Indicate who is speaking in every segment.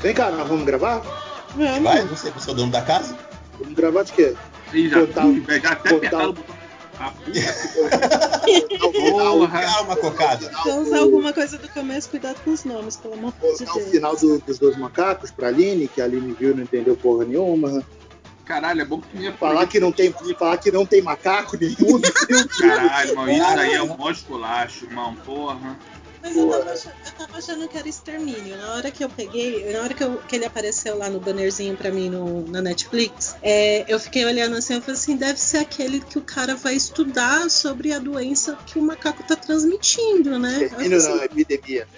Speaker 1: Vem cá, nós vamos gravar?
Speaker 2: Vamos. Vai, você que é o dono da casa?
Speaker 1: Vamos gravar de quê?
Speaker 3: Sim, já
Speaker 1: Botar- um-
Speaker 3: fui, pegar até
Speaker 1: botar-
Speaker 3: apertar no botão. Ah,
Speaker 2: Calma,
Speaker 3: Porra.
Speaker 2: calma, cocada.
Speaker 4: Então usar alguma coisa do começo, cuidado com os nomes, pelo amor de
Speaker 1: Botar o
Speaker 4: Deus.
Speaker 1: final do- dos dois macacos pra Aline, que a Aline viu e não entendeu porra nenhuma.
Speaker 3: Caralho, é bom que tu ia
Speaker 1: Falar que não tem, falar que não tem macaco nenhum.
Speaker 3: Caralho, irmão, isso aí é um mó esculacho, irmão, porra.
Speaker 4: Mas eu
Speaker 1: Boa.
Speaker 4: tava, achando, eu tava achando que era extermínio. Na hora que eu peguei, na hora que, eu- que ele apareceu lá no bannerzinho pra mim no, na Netflix, é, eu fiquei olhando assim, eu falei assim, deve ser aquele que o cara vai estudar sobre a doença que o macaco tá transmitindo, né? Eu falei
Speaker 1: Termino
Speaker 4: assim,
Speaker 1: não, epidemia.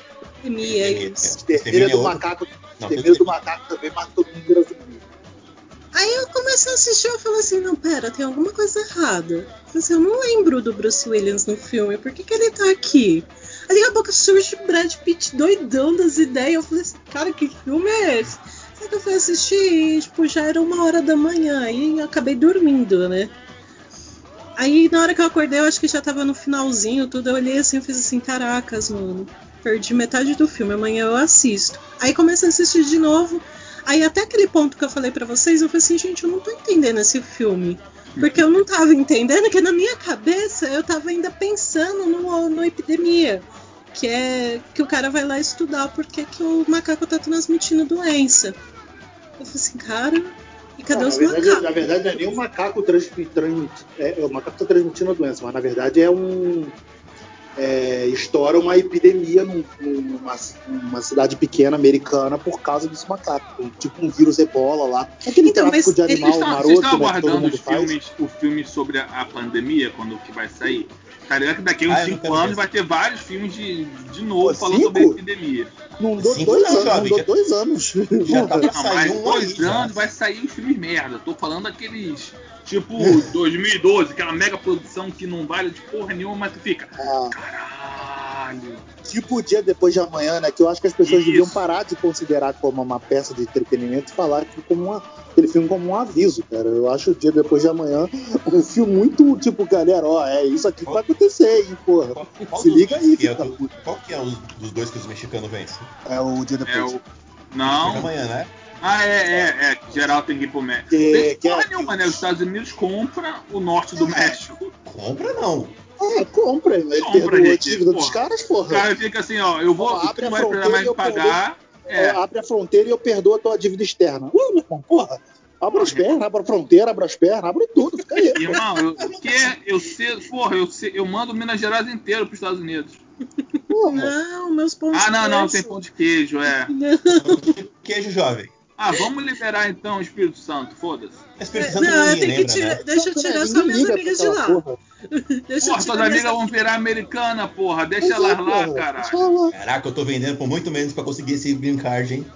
Speaker 4: pandemia, é isso.
Speaker 1: Termina
Speaker 2: Termina
Speaker 1: do
Speaker 2: outro.
Speaker 1: macaco.
Speaker 2: Não,
Speaker 1: Termina do macaco também mata todo mundo vira zumbi.
Speaker 4: Aí eu comecei a assistir e falei assim, não, pera, tem alguma coisa errada. Eu falei assim, eu não lembro do Bruce Willians no filme, por que, que ele tá aqui? Aí daqui a pouco surge o Brad Pitt doidão das ideias. Eu falei assim, cara, que filme é esse? Só que eu fui assistir e, tipo, já era uma hora da manhã e eu acabei dormindo, né? Aí na hora que eu acordei, eu acho que já tava no finalzinho, tudo, eu olhei assim e fiz assim, caracas, mano, perdi metade do filme, amanhã eu assisto. Aí comecei a assistir de novo, Aí até aquele ponto que eu falei pra vocês, eu falei assim, gente, eu não tô entendendo esse filme. Porque eu não tava entendendo, que na minha cabeça eu tava ainda pensando no, no epidemia. Que é que o cara vai lá estudar porque que o macaco tá transmitindo doença. Eu falei assim, cara, e cadê
Speaker 1: Ah,
Speaker 4: os
Speaker 1: na, verdade,
Speaker 4: macacos?
Speaker 1: na verdade, não é nem um macaco transmitindo. é, o macaco tá transmitindo a doença, mas na verdade é um. é, estoura uma epidemia num- numa, numa cidade pequena americana por causa desse macaco. Tipo um vírus ebola lá. É Aquele
Speaker 4: Então, mas
Speaker 1: tráfico de
Speaker 4: eles
Speaker 1: animal
Speaker 4: estavam-
Speaker 3: Tá, Vocês
Speaker 1: maroto
Speaker 3: estão
Speaker 1: né, que todo
Speaker 3: aguardando
Speaker 1: mundo
Speaker 3: os
Speaker 1: faz.
Speaker 3: filmes, o filme sobre a, a pandemia, quando que vai sair? Tá ligado que daqui a
Speaker 2: Ah,
Speaker 3: uns
Speaker 2: eu não
Speaker 3: 5
Speaker 2: quero
Speaker 3: anos
Speaker 2: ver.
Speaker 3: vai ter vários filmes de, de novo
Speaker 1: Pô,
Speaker 3: falando
Speaker 1: cinco?
Speaker 3: sobre a epidemia.
Speaker 1: Não dou
Speaker 2: Cinco
Speaker 1: dois
Speaker 2: anos,
Speaker 1: anos. Não
Speaker 2: jovem,
Speaker 1: dou
Speaker 2: já-
Speaker 1: dois anos.
Speaker 2: já tá
Speaker 3: Não,
Speaker 2: Saiu
Speaker 3: mas
Speaker 2: um aí,
Speaker 3: dois
Speaker 2: já.
Speaker 3: anos vai sair os filmes merda. Tô falando daqueles. Tipo 2012, aquela mega produção que não vale de porra nenhuma, mas tu fica.
Speaker 1: Ah,
Speaker 3: Caralho.
Speaker 1: tipo o dia depois de amanhã, né? Que eu acho que as pessoas
Speaker 3: Isso.
Speaker 1: deviam parar de considerar como uma peça de entretenimento e falar que como uma, aquele filme como um aviso, cara. Eu acho o dia depois de amanhã um filme muito tipo, galera, ó, é isso aqui que vai acontecer, hein, porra.
Speaker 2: Qual, qual
Speaker 1: Se
Speaker 2: dos
Speaker 1: liga
Speaker 2: dois
Speaker 1: aí,
Speaker 2: que é,
Speaker 1: fica
Speaker 2: do- Qual que é os, dos dois que os mexicanos vencem?
Speaker 1: É o dia
Speaker 3: É
Speaker 1: depois.
Speaker 3: o. Não.
Speaker 2: Amanhã, né?
Speaker 3: Ah, é, é, é. que Geral tem que ir pro México.
Speaker 1: Que-
Speaker 3: Tem
Speaker 1: que
Speaker 3: porra
Speaker 1: é-
Speaker 3: nenhuma, né? Os Estados Unidos compra o norte do México.
Speaker 2: Compra não.
Speaker 1: É, compra, né?
Speaker 3: Compra,
Speaker 1: Perdoa a
Speaker 3: gente,
Speaker 1: dívida
Speaker 3: porra.
Speaker 1: dos caras,
Speaker 3: O
Speaker 1: porra.
Speaker 3: cara fica assim, ó, eu vou.
Speaker 1: Ó,
Speaker 3: Tu
Speaker 1: abre
Speaker 3: não
Speaker 1: a
Speaker 3: vai precisar
Speaker 1: fronteira
Speaker 3: mais
Speaker 1: e eu
Speaker 3: me pagar. É.
Speaker 1: Abre a fronteira e eu perdoo a tua dívida externa. Ué, meu irmão, porra. Abra as
Speaker 3: Porra.
Speaker 1: pernas, abra a fronteira, abra as pernas, abra tudo, fica aí.
Speaker 3: Irmão, eu, o que é? eu sei, porra, eu, sei, eu mando Minas Gerais inteiro pros Estados Unidos.
Speaker 1: Porra.
Speaker 4: Não, meus pão
Speaker 3: Ah,
Speaker 4: de
Speaker 3: não, não,
Speaker 4: queijo.
Speaker 3: tem pão de queijo, é.
Speaker 2: Queijo jovem.
Speaker 3: Ah, vamos liberar então o Espírito Santo, foda-se.
Speaker 2: É Espírito Santo
Speaker 4: Não, eu tenho
Speaker 2: ninguém
Speaker 4: que
Speaker 2: lembra,
Speaker 4: tirar.
Speaker 2: né?
Speaker 4: Deixa eu tirar só minhas
Speaker 1: Ninguém liga
Speaker 4: amigas de
Speaker 1: pra
Speaker 4: lá.
Speaker 1: aquela porra.
Speaker 4: Deixa eu
Speaker 3: Porra,
Speaker 4: tirar
Speaker 3: suas
Speaker 4: minhas
Speaker 2: é
Speaker 3: amigas vão virar americana, porra. Deixa
Speaker 1: Pois é,
Speaker 3: elas lá,
Speaker 1: porra.
Speaker 3: caralho.
Speaker 1: Deixa lá.
Speaker 2: Caraca, eu tô vendendo por muito menos pra conseguir esse green card, hein?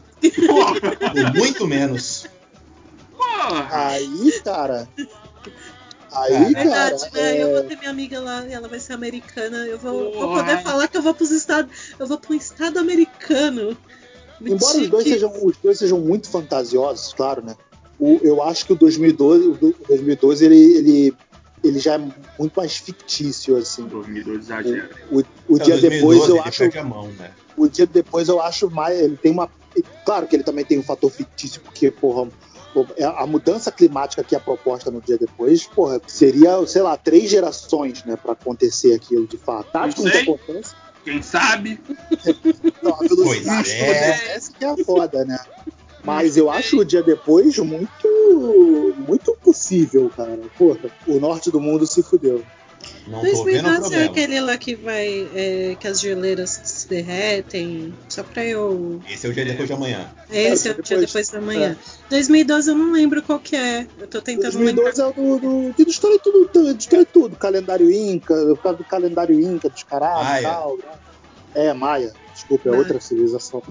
Speaker 3: Porra,
Speaker 2: Por muito menos.
Speaker 3: porra.
Speaker 1: Aí, cara. Aí, cara.
Speaker 4: Verdade, né? Eu
Speaker 1: é,
Speaker 4: vou ter minha amiga lá, ela vai ser americana. Eu vou, vou
Speaker 3: Porra.
Speaker 4: poder falar que eu vou pros estados. Eu vou pro estado americano. Muito
Speaker 1: Embora os dois,
Speaker 4: chique.
Speaker 1: sejam, os dois sejam muito fantasiosos, claro, né? O- eu acho que o 2012, o do- o 2012 ele, ele, ele já é muito mais fictício, assim.
Speaker 3: 2002 exagera.
Speaker 1: O, o
Speaker 2: É,
Speaker 1: dia
Speaker 2: 2012
Speaker 1: depois eu
Speaker 2: ele
Speaker 1: acho.
Speaker 2: perde a mão, né?
Speaker 1: O dia depois eu acho mais. Ele tem uma. Claro que ele também tem um fator fictício, porque, porra, é, a mudança climática que é proposta no dia depois, porra, seria, sei lá, três gerações, né, pra acontecer aquilo de fato. Tá,
Speaker 3: Não
Speaker 1: não
Speaker 3: sei.
Speaker 1: acontece.
Speaker 3: Quem sabe?
Speaker 1: Não, a velocidade
Speaker 2: Pois
Speaker 1: que
Speaker 2: é.
Speaker 1: acontece que é foda, né? Mas eu acho o dia depois muito, muito possível, cara. Porra, o norte do mundo se fudeu.
Speaker 2: Não tô vendo o
Speaker 4: 2012 é
Speaker 2: problema.
Speaker 4: aquele lá que vai. é, que as geleiras se derretem. Só pra eu.
Speaker 2: Esse é o dia depois de amanhã.
Speaker 4: Esse é, o
Speaker 1: depois-
Speaker 4: dia depois da manhã. 2012 eu não lembro qual que é. Eu tô tentando
Speaker 1: 2012 é o do, do, que destrói tudo, tu- destrói tudo. Calendário Inca, por causa do calendário Inca, dos caras e
Speaker 2: Maia.
Speaker 1: tal. né? É, Maia. Desculpa, é
Speaker 4: Maia.
Speaker 1: outra civilização.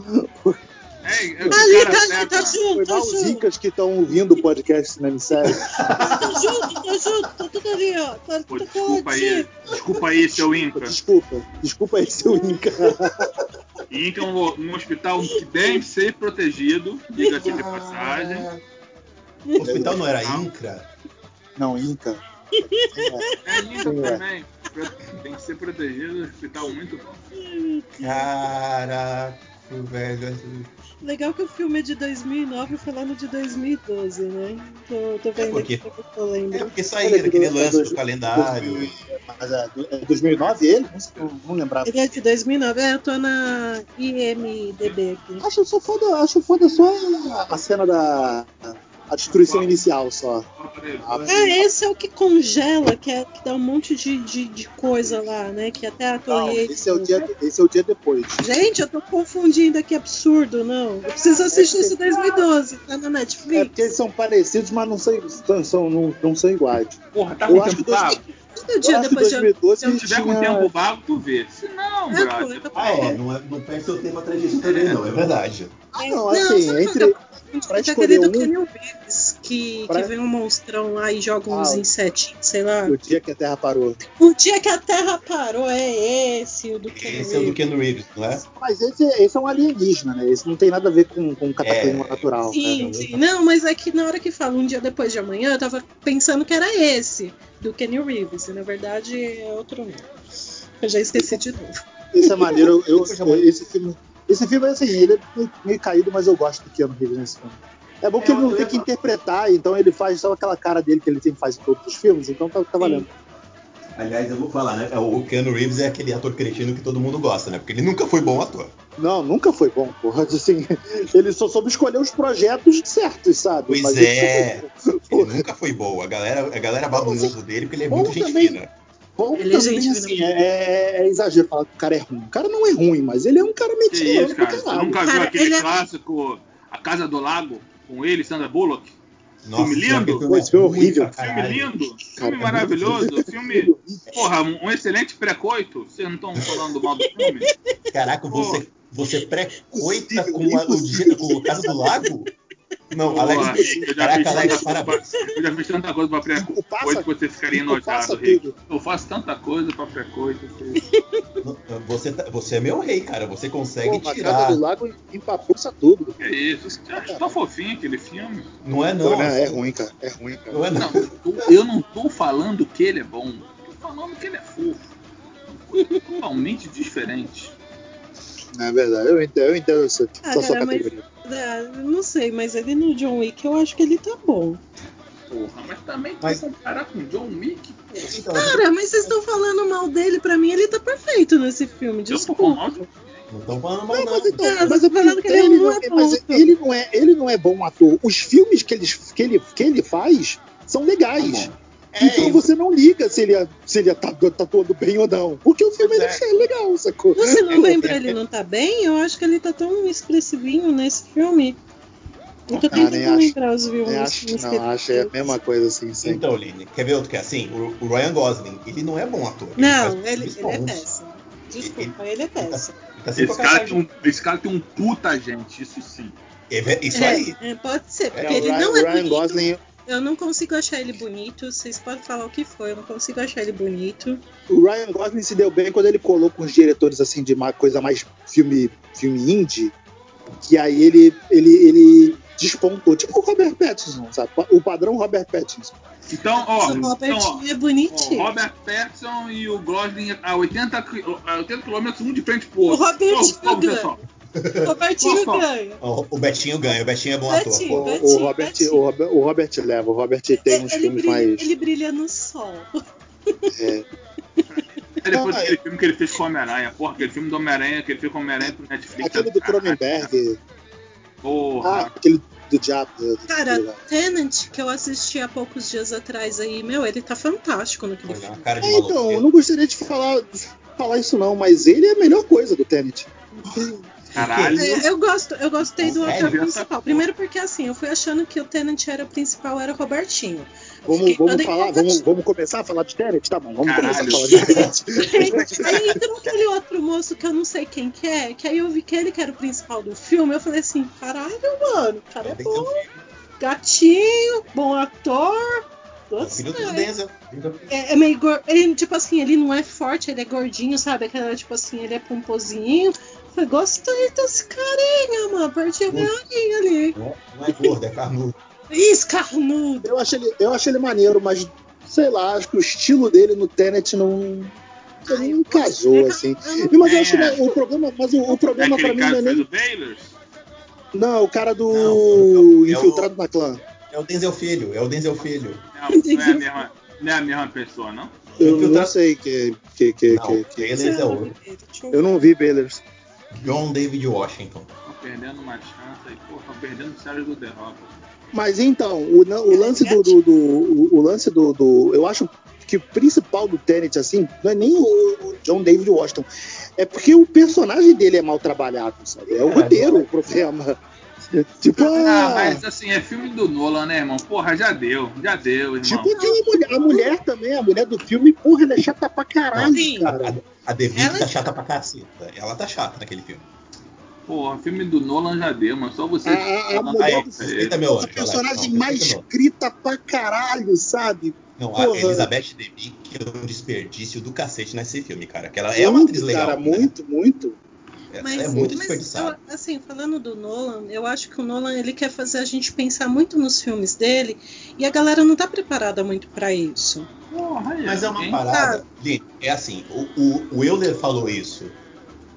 Speaker 3: É, é o que
Speaker 4: Ali,
Speaker 3: o cara
Speaker 4: tá ali,
Speaker 3: acerta.
Speaker 4: tá
Speaker 1: né?
Speaker 4: junto,
Speaker 1: Foi
Speaker 4: tá
Speaker 1: mal os
Speaker 4: junto.
Speaker 1: ricas que estão ouvindo o podcast Cinema em Série.
Speaker 4: Tá junto, tá junto, tá tudo ali, ó. Tá
Speaker 3: Pô,
Speaker 4: tudo
Speaker 3: desculpa aí,
Speaker 4: coletivo.
Speaker 3: desculpa aí, seu Inca.
Speaker 1: Desculpa, desculpa aí, seu Inca.
Speaker 3: Inca é um, um hospital que deve ser protegido, diga-se de passagem.
Speaker 2: O hospital não era INCRA?
Speaker 1: Não, Inca.
Speaker 3: É Inca
Speaker 1: Sim, é.
Speaker 3: também. Tem que ser protegido, um hospital muito bom.
Speaker 2: Caraca, velho. é assim.
Speaker 4: Legal que o filme é de 2009 e foi lá no é de 2012, né? Então, eu tô vendo
Speaker 2: porque-
Speaker 4: aqui como eu
Speaker 2: É
Speaker 4: lembro.
Speaker 2: porque saíram aquele lance do calendário.
Speaker 1: Mas é, é 2009 ele? Não, não lembrava.
Speaker 4: Ele é de 2009, é, eu tô na IMDB aqui.
Speaker 1: Acho que só foda, acho foda só a cena da a destruição inicial só.
Speaker 4: Ah, esse é o que congela, que, é, que dá um monte de, de, de coisa lá, né? Que até a
Speaker 1: Não,
Speaker 4: Torre.
Speaker 1: esse é o dia, esse é o dia depois.
Speaker 4: Gente, eu tô confundindo aqui, absurdo, não. Eu preciso assistir esse 2012, tá na
Speaker 1: É
Speaker 4: Netflix.
Speaker 1: porque eles são parecidos, mas não são, são- são- não, não são iguais.
Speaker 3: Porra, tá
Speaker 1: Eu
Speaker 3: com
Speaker 1: acho
Speaker 3: tempo
Speaker 1: que dois-
Speaker 3: vago?
Speaker 4: Todo
Speaker 1: É, Eu
Speaker 4: é dia
Speaker 1: acho que
Speaker 4: depois de.
Speaker 1: 2012
Speaker 3: Se eu tiver com
Speaker 1: tinha-
Speaker 3: tempo vago, tu vê. Se não,
Speaker 4: Ah,
Speaker 3: brother.
Speaker 4: pô, eu tô-
Speaker 2: Ah, é, não, é, não perde seu tempo atrás disso também, não, é verdade.
Speaker 1: Ah, não, assim,
Speaker 4: sabe
Speaker 1: entre.
Speaker 4: qual que é o-
Speaker 1: pra
Speaker 4: Tá
Speaker 1: escolher
Speaker 4: querido
Speaker 1: um-
Speaker 4: Canyon Babies, que,
Speaker 1: pra-
Speaker 4: que vem um monstrão lá e joga uns
Speaker 1: Ah, o-
Speaker 4: insetinhos, sei lá.
Speaker 1: O dia que a Terra parou.
Speaker 4: O dia que a Terra parou é esse, o do Canyon
Speaker 2: Esse é o do
Speaker 4: Babies.
Speaker 2: Ken Reeves, não é?
Speaker 1: Mas esse, esse é um alienígena, né? Esse não tem nada a ver com, com cataclismo
Speaker 2: É.
Speaker 1: natural.
Speaker 4: Sim,
Speaker 2: né?
Speaker 4: sim. Não, mas é que na hora que fala um dia depois de amanhã, eu tava pensando que era esse, do Kenny Reeves. E na verdade é outro nome. Eu já esqueci de novo.
Speaker 1: Esse é maneiro. Eu,
Speaker 2: Coisa boa.
Speaker 1: esse filme. Esse filme, assim, ele é meio- meio caído, mas eu gosto do Keanu Reeves nesse filme. É bom que
Speaker 3: É,
Speaker 1: ele não
Speaker 3: eu
Speaker 1: tem
Speaker 3: ia
Speaker 1: que
Speaker 3: falar.
Speaker 1: interpretar, então ele faz só aquela cara dele que ele sempre faz em todos os filmes, então tá, tá valendo.
Speaker 2: Aliás, eu vou falar, né? O Keanu Reeves é aquele ator cretino que todo mundo gosta, né? Porque ele nunca foi bom ator.
Speaker 1: Não, nunca foi bom, porra. Assim, ele só soube escolher os projetos certos, sabe?
Speaker 2: Pois
Speaker 1: Mas
Speaker 2: é.
Speaker 1: ele-
Speaker 2: Ele nunca foi bom. A galera, a galera baba o ovo dele porque ele é
Speaker 1: Bom
Speaker 2: muito gente
Speaker 1: também.
Speaker 2: fina.
Speaker 1: um Bom,
Speaker 4: Ele é
Speaker 1: também,
Speaker 4: gente,
Speaker 1: assim,
Speaker 4: né?
Speaker 1: é, é exagero falar que o cara é ruim. O cara não é ruim, mas ele é um cara
Speaker 3: Que isso,
Speaker 1: metido.
Speaker 3: cara? Tu nunca viu
Speaker 4: Cara, ele
Speaker 3: aquele
Speaker 4: é-
Speaker 3: clássico A Casa do Lago com ele, Sandra Bullock?
Speaker 2: Nossa,
Speaker 3: lindo.
Speaker 2: aquele filme
Speaker 1: Pô, esse filme é
Speaker 2: ruim
Speaker 1: horrível.
Speaker 2: pra
Speaker 3: Filme
Speaker 2: caralho. é
Speaker 3: lindo,
Speaker 1: Cara,
Speaker 3: filme maravilhoso, filme. Porra, um um excelente precoito. Vocês não estão falando mal do filme?
Speaker 2: Caraca,
Speaker 3: Pô. é
Speaker 2: você, você precoita
Speaker 1: Impossível,
Speaker 2: com, a, o, dia-
Speaker 1: impossível.
Speaker 2: com o caso do lago? Não,
Speaker 3: Porra,
Speaker 2: Alex.
Speaker 3: eu já fiz
Speaker 2: Caraca, Alex,
Speaker 3: tanta coisa
Speaker 2: parabéns.
Speaker 3: pra- eu já fiz tanta coisa pra precoito
Speaker 1: O passa,
Speaker 3: que você ficaria
Speaker 1: o passa
Speaker 3: enojado, Rick.
Speaker 1: tudo.
Speaker 3: Eu faço tanta coisa pra precoito. que-
Speaker 2: não, Você, tá- você é meu rei, cara. Você consegue
Speaker 1: Pô, a
Speaker 2: tirar.
Speaker 1: casa do lago empapuça tudo.
Speaker 3: Que é isso? Eu acho tão fofinho aquele filme.
Speaker 2: Não é não.
Speaker 1: Pô, né? É ruim, cara. É ruim, cara.
Speaker 2: Não é
Speaker 3: Não,
Speaker 2: não.
Speaker 3: eu tô- eu não tô falando que ele é bom. Tô falando que ele é fofo. Uma coisa Totalmente diferente.
Speaker 1: É verdade, eu entendo, eu entendo essa,
Speaker 4: Ah,
Speaker 1: essa sua
Speaker 4: cara, mas-
Speaker 1: categoria.
Speaker 4: Ah, eu não sei, mas ele no John Wick eu acho que ele tá bom.
Speaker 3: Porra, mas também tu
Speaker 2: Mas-
Speaker 3: comparar com John Wick, porra.
Speaker 2: Então,
Speaker 4: Cara, mas vocês estão falando mal dele, pra mim ele tá perfeito nesse filme,
Speaker 3: Eu tô com
Speaker 4: desculpa.
Speaker 3: mal de
Speaker 2: não estão falando mal,
Speaker 1: Não,
Speaker 2: não.
Speaker 1: mas então,
Speaker 4: Cara,
Speaker 1: mas
Speaker 4: tô
Speaker 1: eu
Speaker 4: falando que ele é
Speaker 1: ele,
Speaker 4: um
Speaker 1: não é, mas
Speaker 4: adulto.
Speaker 1: ele não é, ele não é bom ator. Os filmes que ele, que ele, que ele faz são legais.
Speaker 2: É,
Speaker 1: então você não liga se ele, se ele tá, tá atuando bem ou não. Porque o filme
Speaker 2: Pois
Speaker 1: é legal, sacou?
Speaker 4: Você não
Speaker 2: Eu-
Speaker 4: lembra ele não tá bem? Eu acho que ele tá tão expressivinho nesse filme. Eu tô
Speaker 1: Ah, nem
Speaker 4: tentando
Speaker 1: acho.
Speaker 4: lembrar os vilões.
Speaker 1: Eu acho que não, acho que é a mesma coisa assim, sim.
Speaker 2: Então, Lini, quer ver outro que é assim? O, o Ryan Gosling, ele não é bom ator.
Speaker 4: Não,
Speaker 2: faz
Speaker 4: ele,
Speaker 2: filmes
Speaker 4: ele é
Speaker 2: bons.
Speaker 4: péssimo. Desculpa, ele é péssimo.
Speaker 2: Ele tá sempre
Speaker 3: Esse
Speaker 2: com a
Speaker 3: cara,
Speaker 2: cara
Speaker 3: tem um, esse cara tem um puta gente, isso sim.
Speaker 2: de- É ve- Isso aí.
Speaker 4: É, é, pode ser, porque
Speaker 1: É,
Speaker 4: ele
Speaker 1: o Ryan,
Speaker 4: não é
Speaker 1: Ryan
Speaker 4: bonito.
Speaker 1: Gosling,
Speaker 4: Eu não consigo achar ele bonito. Vocês podem falar o que for, eu não consigo achar ele bonito.
Speaker 1: o Ryan Gosling se deu bem quando ele colou com os diretores assim de uma coisa mais filme, filme indie, que aí ele, ele, ele despontou, tipo o Robert Pattinson, sabe? O padrão Robert Pattinson.
Speaker 3: Então, ó,
Speaker 4: o Robert
Speaker 3: então, ó,
Speaker 4: é
Speaker 3: o
Speaker 4: bonitinho.
Speaker 3: Robert Pattinson e o Gosling a 80, qui- a 80 km um de frente pro
Speaker 4: O
Speaker 3: outro.
Speaker 4: Robertinho
Speaker 3: Ô, ô,
Speaker 4: ganha.
Speaker 3: pessoal,
Speaker 4: O Robertinho
Speaker 3: Opa.
Speaker 4: ganha.
Speaker 2: Ó, O Betinho ganha, o Betinho é bom ator.
Speaker 4: Betinho.
Speaker 1: O,
Speaker 4: Betinho,
Speaker 1: o Robert,
Speaker 4: Betinho.
Speaker 1: o, Robert, o Robert leva, o Robert tem uns
Speaker 4: É, ele,
Speaker 1: filmes
Speaker 4: brilha,
Speaker 1: mais.
Speaker 4: ele brilha no sol.
Speaker 3: é depois
Speaker 1: Não,
Speaker 3: daquele filme que ele fez com o Homem-Aranha, porra, aquele filme do Homem-Aranha que ele fez com o Homem-Aranha pro Netflix.
Speaker 1: Aquele do
Speaker 3: cara,
Speaker 1: Cronenberg. Ah,
Speaker 3: Porra,
Speaker 1: aquele do Diabo. do- do-
Speaker 4: Cara,
Speaker 1: do-
Speaker 4: Tenant, que eu assisti há poucos dias atrás aí, meu, ele tá fantástico naquele
Speaker 2: Olha, uma
Speaker 4: filme.
Speaker 2: cara de
Speaker 1: É, então, eu
Speaker 2: maluco.
Speaker 1: não gostaria de falar, falar isso não, mas ele é a melhor coisa do Tenet. Ah,
Speaker 3: caralho.
Speaker 4: É, eu gosto, eu gostei do
Speaker 2: É Sério?
Speaker 4: ator principal. Primeiro porque assim, eu fui achando que o Tenant era o principal, era o Robertinho.
Speaker 1: Vamos,
Speaker 4: Fiquei
Speaker 1: vamos,
Speaker 4: toda
Speaker 1: falar, vamos, vamos começar a falar de Tenet? Tá bom, vamos
Speaker 3: Caralho.
Speaker 1: começar a falar de Tenet.
Speaker 4: Gente, aí entrou aquele outro moço que eu não sei quem que é, que aí eu vi que ele que era o principal do filme, eu falei assim, caralho, mano, o cara é
Speaker 2: Tem que ter um
Speaker 4: bom,
Speaker 2: filho.
Speaker 4: gatinho, bom ator,
Speaker 2: É o filho do
Speaker 4: gostei.
Speaker 2: Denzel.
Speaker 4: É, é meio gor- ele, tipo assim, ele não é forte, ele é gordinho, sabe? Aquela, tipo assim, ele é pomposinho. Eu falei, gostei desse carinha, mano, partia
Speaker 2: Hum.
Speaker 4: minha arinha ali.
Speaker 2: Não é- não é gordo, é carnudo.
Speaker 4: Isso, carnudo!
Speaker 1: Eu acho, ele, eu acho ele maneiro, mas sei lá, acho que o estilo dele no Tenet não.
Speaker 4: Ai,
Speaker 1: não
Speaker 4: eu
Speaker 1: casou,
Speaker 4: gosto.
Speaker 1: assim. E, Mas eu
Speaker 3: É.
Speaker 1: acho que o problema, mas o, o
Speaker 3: É
Speaker 1: problema pra
Speaker 3: aquele
Speaker 1: mim não
Speaker 3: cara
Speaker 1: é
Speaker 3: que fez
Speaker 1: nem.
Speaker 3: o Baylor?
Speaker 1: Não, o cara do.
Speaker 2: Não, é o-
Speaker 1: Infiltrado na clã.
Speaker 2: É o Denzel Filho, é o Denzel Filho.
Speaker 3: Não, não é a mesma, não é a mesma pessoa, não?
Speaker 1: Eu não
Speaker 2: Infiltrado-
Speaker 1: sei que. que, que,
Speaker 2: É Não,
Speaker 1: que-
Speaker 2: o
Speaker 1: que-
Speaker 2: Baylor é outro.
Speaker 4: um
Speaker 1: Eu não vi Baylors.
Speaker 2: John David Washington.
Speaker 3: Estão perdendo uma chance aí, pô, estão perdendo o Sérgio do The Rock.
Speaker 1: Mas então, o, na- o lance do. do- do- o, o lance do, do- Eu acho que o principal do Tenet, assim, não é nem o, o John David Washington. É porque o personagem dele é mal trabalhado, sabe? É o
Speaker 2: É,
Speaker 1: roteiro o problema. Tipo,
Speaker 3: Ah,
Speaker 1: ah,
Speaker 3: mas assim, é filme do Nolan, né, irmão? Porra, já deu, já deu, irmão.
Speaker 1: tipo aquela mulher, a mulher também, a mulher do filme, porra, ela é chata pra caralho,
Speaker 4: Sim.
Speaker 1: cara.
Speaker 2: A Devitt
Speaker 4: Ela-
Speaker 2: tá chata pra caceta. Ela tá chata naquele filme.
Speaker 3: Porra, filme do Nolan já deu, mano. Só você.
Speaker 1: A- a- a mulher
Speaker 3: Aí,
Speaker 1: do-
Speaker 2: Respeita
Speaker 3: é,
Speaker 2: meu anjo.
Speaker 1: A personagem
Speaker 2: Alex, não,
Speaker 1: mais
Speaker 2: respeita
Speaker 1: escrita pra caralho, sabe?
Speaker 2: meu anjo. Não,
Speaker 1: porra.
Speaker 2: a Elizabeth Debicki é um desperdício do cacete nesse filme, cara. Que ela é uma atriz
Speaker 1: muito,
Speaker 2: legal.
Speaker 1: cara,
Speaker 2: né?
Speaker 1: muito, muito.
Speaker 2: É,
Speaker 4: Mas,
Speaker 2: é muito
Speaker 4: mas
Speaker 2: desperdiçada.
Speaker 4: eu- assim, falando do Nolan, eu acho que o Nolan ele quer fazer a gente pensar muito nos filmes dele e a galera não tá preparada muito pra isso.
Speaker 3: porra, aí,
Speaker 2: Mas é uma
Speaker 3: hein?
Speaker 2: parada. Gente, é assim, o, o, o Euler falou isso.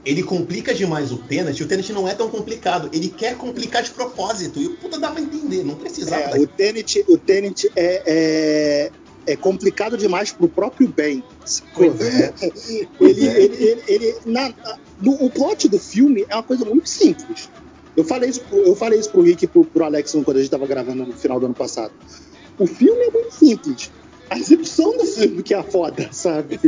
Speaker 2: Ele complica demais o Tenet, e o Tenet não é tão complicado. Ele quer complicar de propósito. E o puta dá pra entender, não precisava.
Speaker 1: É, o
Speaker 2: daquilo.
Speaker 1: Tenet, o Tenet é, é, é complicado demais pro próprio bem. sacou?
Speaker 2: Pois é.
Speaker 1: Ele,
Speaker 2: é.
Speaker 1: ele, ele, ele- na- na- no- o plot do filme é uma coisa muito simples. Eu falei isso pro, eu falei isso pro Rick e pro, pro Alex quando a gente tava gravando no final do ano passado. O filme é muito simples. A execução do filme que é a foda, sabe?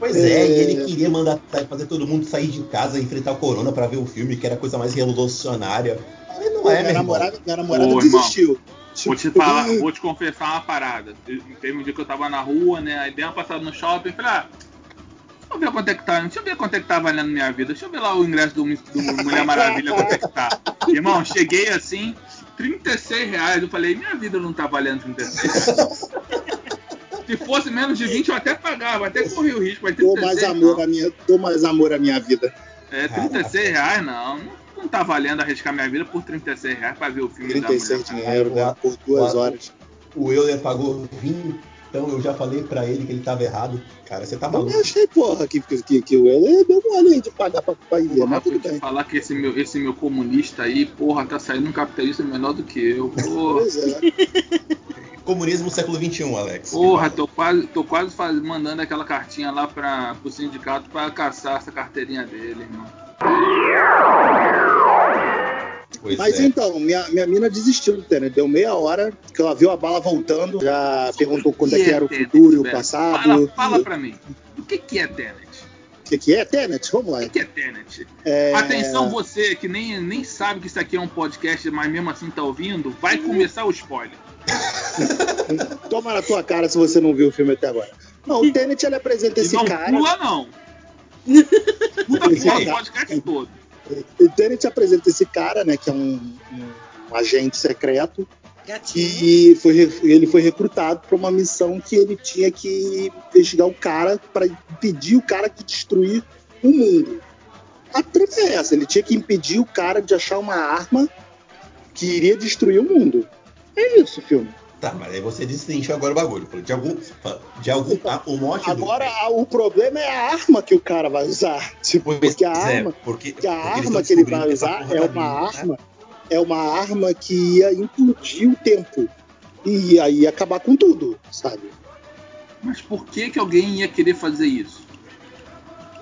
Speaker 2: Pois é, e
Speaker 1: é.
Speaker 2: ele queria mandar sa- fazer todo mundo sair de casa e enfrentar o Corona pra ver o filme, que era a coisa mais revolucionária. Mas não é, meu
Speaker 1: minha,
Speaker 2: irmão.
Speaker 1: namorada, minha namorada
Speaker 3: Ô, irmão,
Speaker 1: desistiu.
Speaker 3: Vou te
Speaker 1: Tipo,
Speaker 3: falar, vou te confessar uma parada. Eu- Teve um dia que eu tava na rua, né? Aí dei uma passada no shopping e falei, ah, deixa eu ver quanto é que tá. Deixa eu ver quanto é que tá valendo minha vida. Deixa eu ver lá o ingresso do, do Mulher Maravilha, quanto é que tá. Irmão, cheguei assim, 36 reais. Eu falei, minha vida não tá valendo 36 reais. Se fosse menos de 20, eu até pagava, até corria o risco. Mas
Speaker 1: Dou
Speaker 3: 36,
Speaker 1: mais,
Speaker 3: não.
Speaker 1: amor à minha, dou mais amor à minha vida.
Speaker 3: É, 36 reais não. não. Não tá valendo arriscar minha vida por 36 reais pra ver o filme
Speaker 1: 36
Speaker 3: da mulher.
Speaker 1: dinheiro, né? Por duas
Speaker 2: Quatro.
Speaker 1: horas.
Speaker 2: O Euler pagou 20, então eu já falei pra ele que ele tava errado. Cara, você tá
Speaker 1: Não,
Speaker 2: maluco.
Speaker 1: eu achei, porra, que, que, que, que o é Ele deu mole aí um de pagar pra, pra ir,
Speaker 3: Porra,
Speaker 1: mas
Speaker 3: vou
Speaker 1: tudo
Speaker 3: te
Speaker 1: bem.
Speaker 3: falar que esse meu, esse meu comunista aí, porra, tá saindo um capitalista menor do que eu. Porra,
Speaker 1: Pois é.
Speaker 2: Comunismo no século XXI, Alex.
Speaker 3: porra tô quase, tô quase faz- mandando aquela cartinha lá pra, pro sindicato pra caçar essa carteirinha dele, irmão.
Speaker 2: Pois
Speaker 1: Mas
Speaker 2: é.
Speaker 1: então, minha, minha mina desistiu do Tenet. Deu meia hora que ela viu a bala voltando, já perguntou quando é que era o
Speaker 3: Tenet,
Speaker 1: futuro e o
Speaker 3: velho?
Speaker 1: passado.
Speaker 3: Fala, fala pra mim, o que que é Tenet?
Speaker 1: O que, que é Tenet? Vamos lá.
Speaker 3: O que que é Tenet?
Speaker 1: É,
Speaker 3: Atenção você que nem, nem sabe que isso aqui é um podcast, mas mesmo assim tá ouvindo, vai
Speaker 1: Uhum.
Speaker 3: começar o spoiler.
Speaker 1: Toma na tua cara se você não viu o filme até agora. Não, o Tenet ele apresenta esse
Speaker 3: e não é assim.
Speaker 1: cara.
Speaker 3: pula não. Puta que
Speaker 1: Esse
Speaker 3: pariu, o
Speaker 1: cara-
Speaker 3: podcast todo.
Speaker 1: O Tenet apresenta esse cara, né? Que é um- um agente secreto.
Speaker 4: Gatinho.
Speaker 1: que foi- ele foi recrutado para uma missão que ele tinha que investigar o cara para impedir o cara de destruir o mundo. A treta é essa, ele tinha que impedir o cara de achar uma arma que iria destruir o mundo. É isso, o filme.
Speaker 2: Tá, mas aí você destrinchou agora o bagulho. Falou De algum. De algum ah, o mote do-
Speaker 1: Então, Agora a- o problema é a arma que o cara vai usar. Tipo,
Speaker 2: Pois
Speaker 1: porque a
Speaker 2: é,
Speaker 1: arma
Speaker 2: porque,
Speaker 1: que a
Speaker 2: porque eles
Speaker 1: arma
Speaker 2: estão
Speaker 1: que ele vai
Speaker 2: descobrindo essa
Speaker 1: usar
Speaker 2: porra
Speaker 1: é
Speaker 2: da
Speaker 1: uma
Speaker 2: mina, né?
Speaker 1: arma, é uma arma que ia implodir o tempo. E aí ia acabar com tudo, sabe?
Speaker 3: Mas por que que alguém ia querer fazer isso?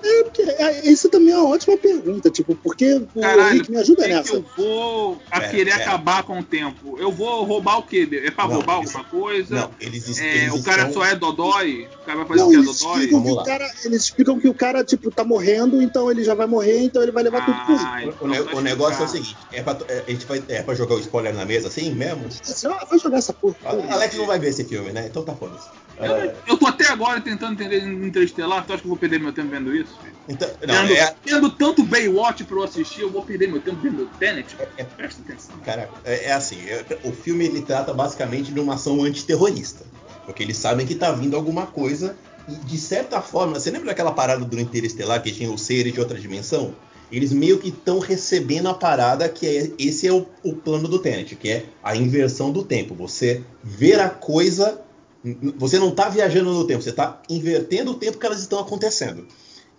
Speaker 1: É, porque, é, isso também é uma ótima pergunta, tipo, porque o
Speaker 3: Caralho,
Speaker 1: Rick me ajuda
Speaker 3: por que
Speaker 1: é nessa.
Speaker 3: que eu vou a
Speaker 2: Pera,
Speaker 3: querer
Speaker 2: pera.
Speaker 3: acabar com o tempo? Eu vou roubar o quê? É pra
Speaker 2: Não,
Speaker 3: roubar
Speaker 2: isso-
Speaker 3: alguma coisa?
Speaker 2: Não, eles, es-
Speaker 3: É,
Speaker 2: eles
Speaker 3: o cara
Speaker 2: estão-
Speaker 3: só é dodói? O cara vai fazer
Speaker 1: Não,
Speaker 3: o que é
Speaker 1: eles
Speaker 3: dodói?
Speaker 1: explicam, que o
Speaker 2: Vamos lá.
Speaker 1: cara, eles explicam que o cara, tipo, tá morrendo, então ele já vai morrer, então ele vai levar tudo por isso.
Speaker 3: Ah,
Speaker 2: O,
Speaker 3: então
Speaker 2: ne-
Speaker 3: tá
Speaker 2: o negócio é o
Speaker 3: explicado.
Speaker 2: seguinte, é pra, é, a gente vai, é pra jogar o spoiler na mesa assim mesmo?
Speaker 1: Assim, ah, vai jogar essa porra.
Speaker 2: A- Alex não vai ver esse filme, né? Então tá foda-se.
Speaker 3: Eu,
Speaker 2: Ah,
Speaker 3: eu tô até agora tentando entender Interestelar, tu acha que eu vou perder meu tempo vendo isso?
Speaker 2: então,
Speaker 3: tendo,
Speaker 2: não, é,
Speaker 3: tendo tanto Baywatch pra eu assistir, eu vou perder meu tempo vendo Tenet?
Speaker 2: é-
Speaker 3: Presta atenção.
Speaker 2: Cara, é, é assim, é- o filme ele trata basicamente de uma ação antiterrorista. Porque eles sabem que tá vindo alguma coisa e, de certa forma, você lembra daquela parada do Interestelar que tinha os seres de outra dimensão? Eles meio que estão recebendo a parada que é esse é o, o plano do Tenet, que é a inversão do tempo. Você ver a coisa, n- n- você não tá viajando no tempo, você tá invertendo o tempo que elas estão acontecendo.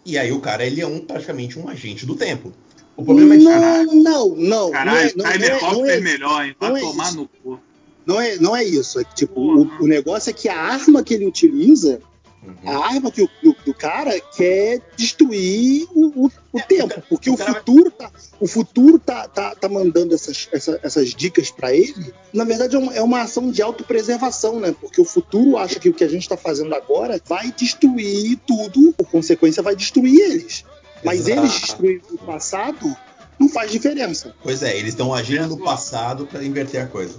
Speaker 2: E aí o cara, ele é um praticamente um agente do tempo. O problema é que
Speaker 1: Não, não, não. não
Speaker 3: Caralho,
Speaker 1: é- não- não é-
Speaker 3: Cyberpunk
Speaker 1: não
Speaker 3: é,
Speaker 1: é-
Speaker 3: melhor, hein? Vai
Speaker 1: não é
Speaker 3: tomar
Speaker 1: isso.
Speaker 3: no cu.
Speaker 1: Não é, não é isso. É que, tipo,
Speaker 3: Porra.
Speaker 1: o, o negócio é que a arma que ele utiliza,
Speaker 2: Uhum.
Speaker 1: a arma que o, do, do cara quer destruir o, o- o
Speaker 2: É, o
Speaker 1: tempo.
Speaker 2: cara-
Speaker 1: Porque
Speaker 2: o
Speaker 1: o
Speaker 2: cara vai-
Speaker 1: futuro tá, o futuro tá, tá, tá mandando essas, essa- essas dicas pra ele. Na verdade, é uma, é uma ação de autopreservação, né? Porque o futuro acha que o que a gente tá fazendo agora vai destruir tudo, por consequência, vai destruir eles. Mas
Speaker 2: Exato.
Speaker 1: eles destruírem o passado não faz diferença.
Speaker 2: Pois é, eles estão agindo no passado para inverter a coisa.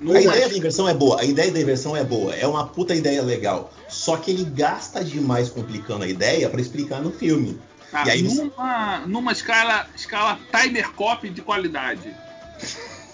Speaker 3: Não
Speaker 2: a
Speaker 3: é.
Speaker 2: ideia da inversão é boa, a ideia da inversão é boa, é uma puta ideia legal. Só que ele gasta demais complicando a ideia para explicar no filme.
Speaker 3: Tá,
Speaker 2: E aí você-
Speaker 3: numa, numa escala, escala Timer Cop de qualidade.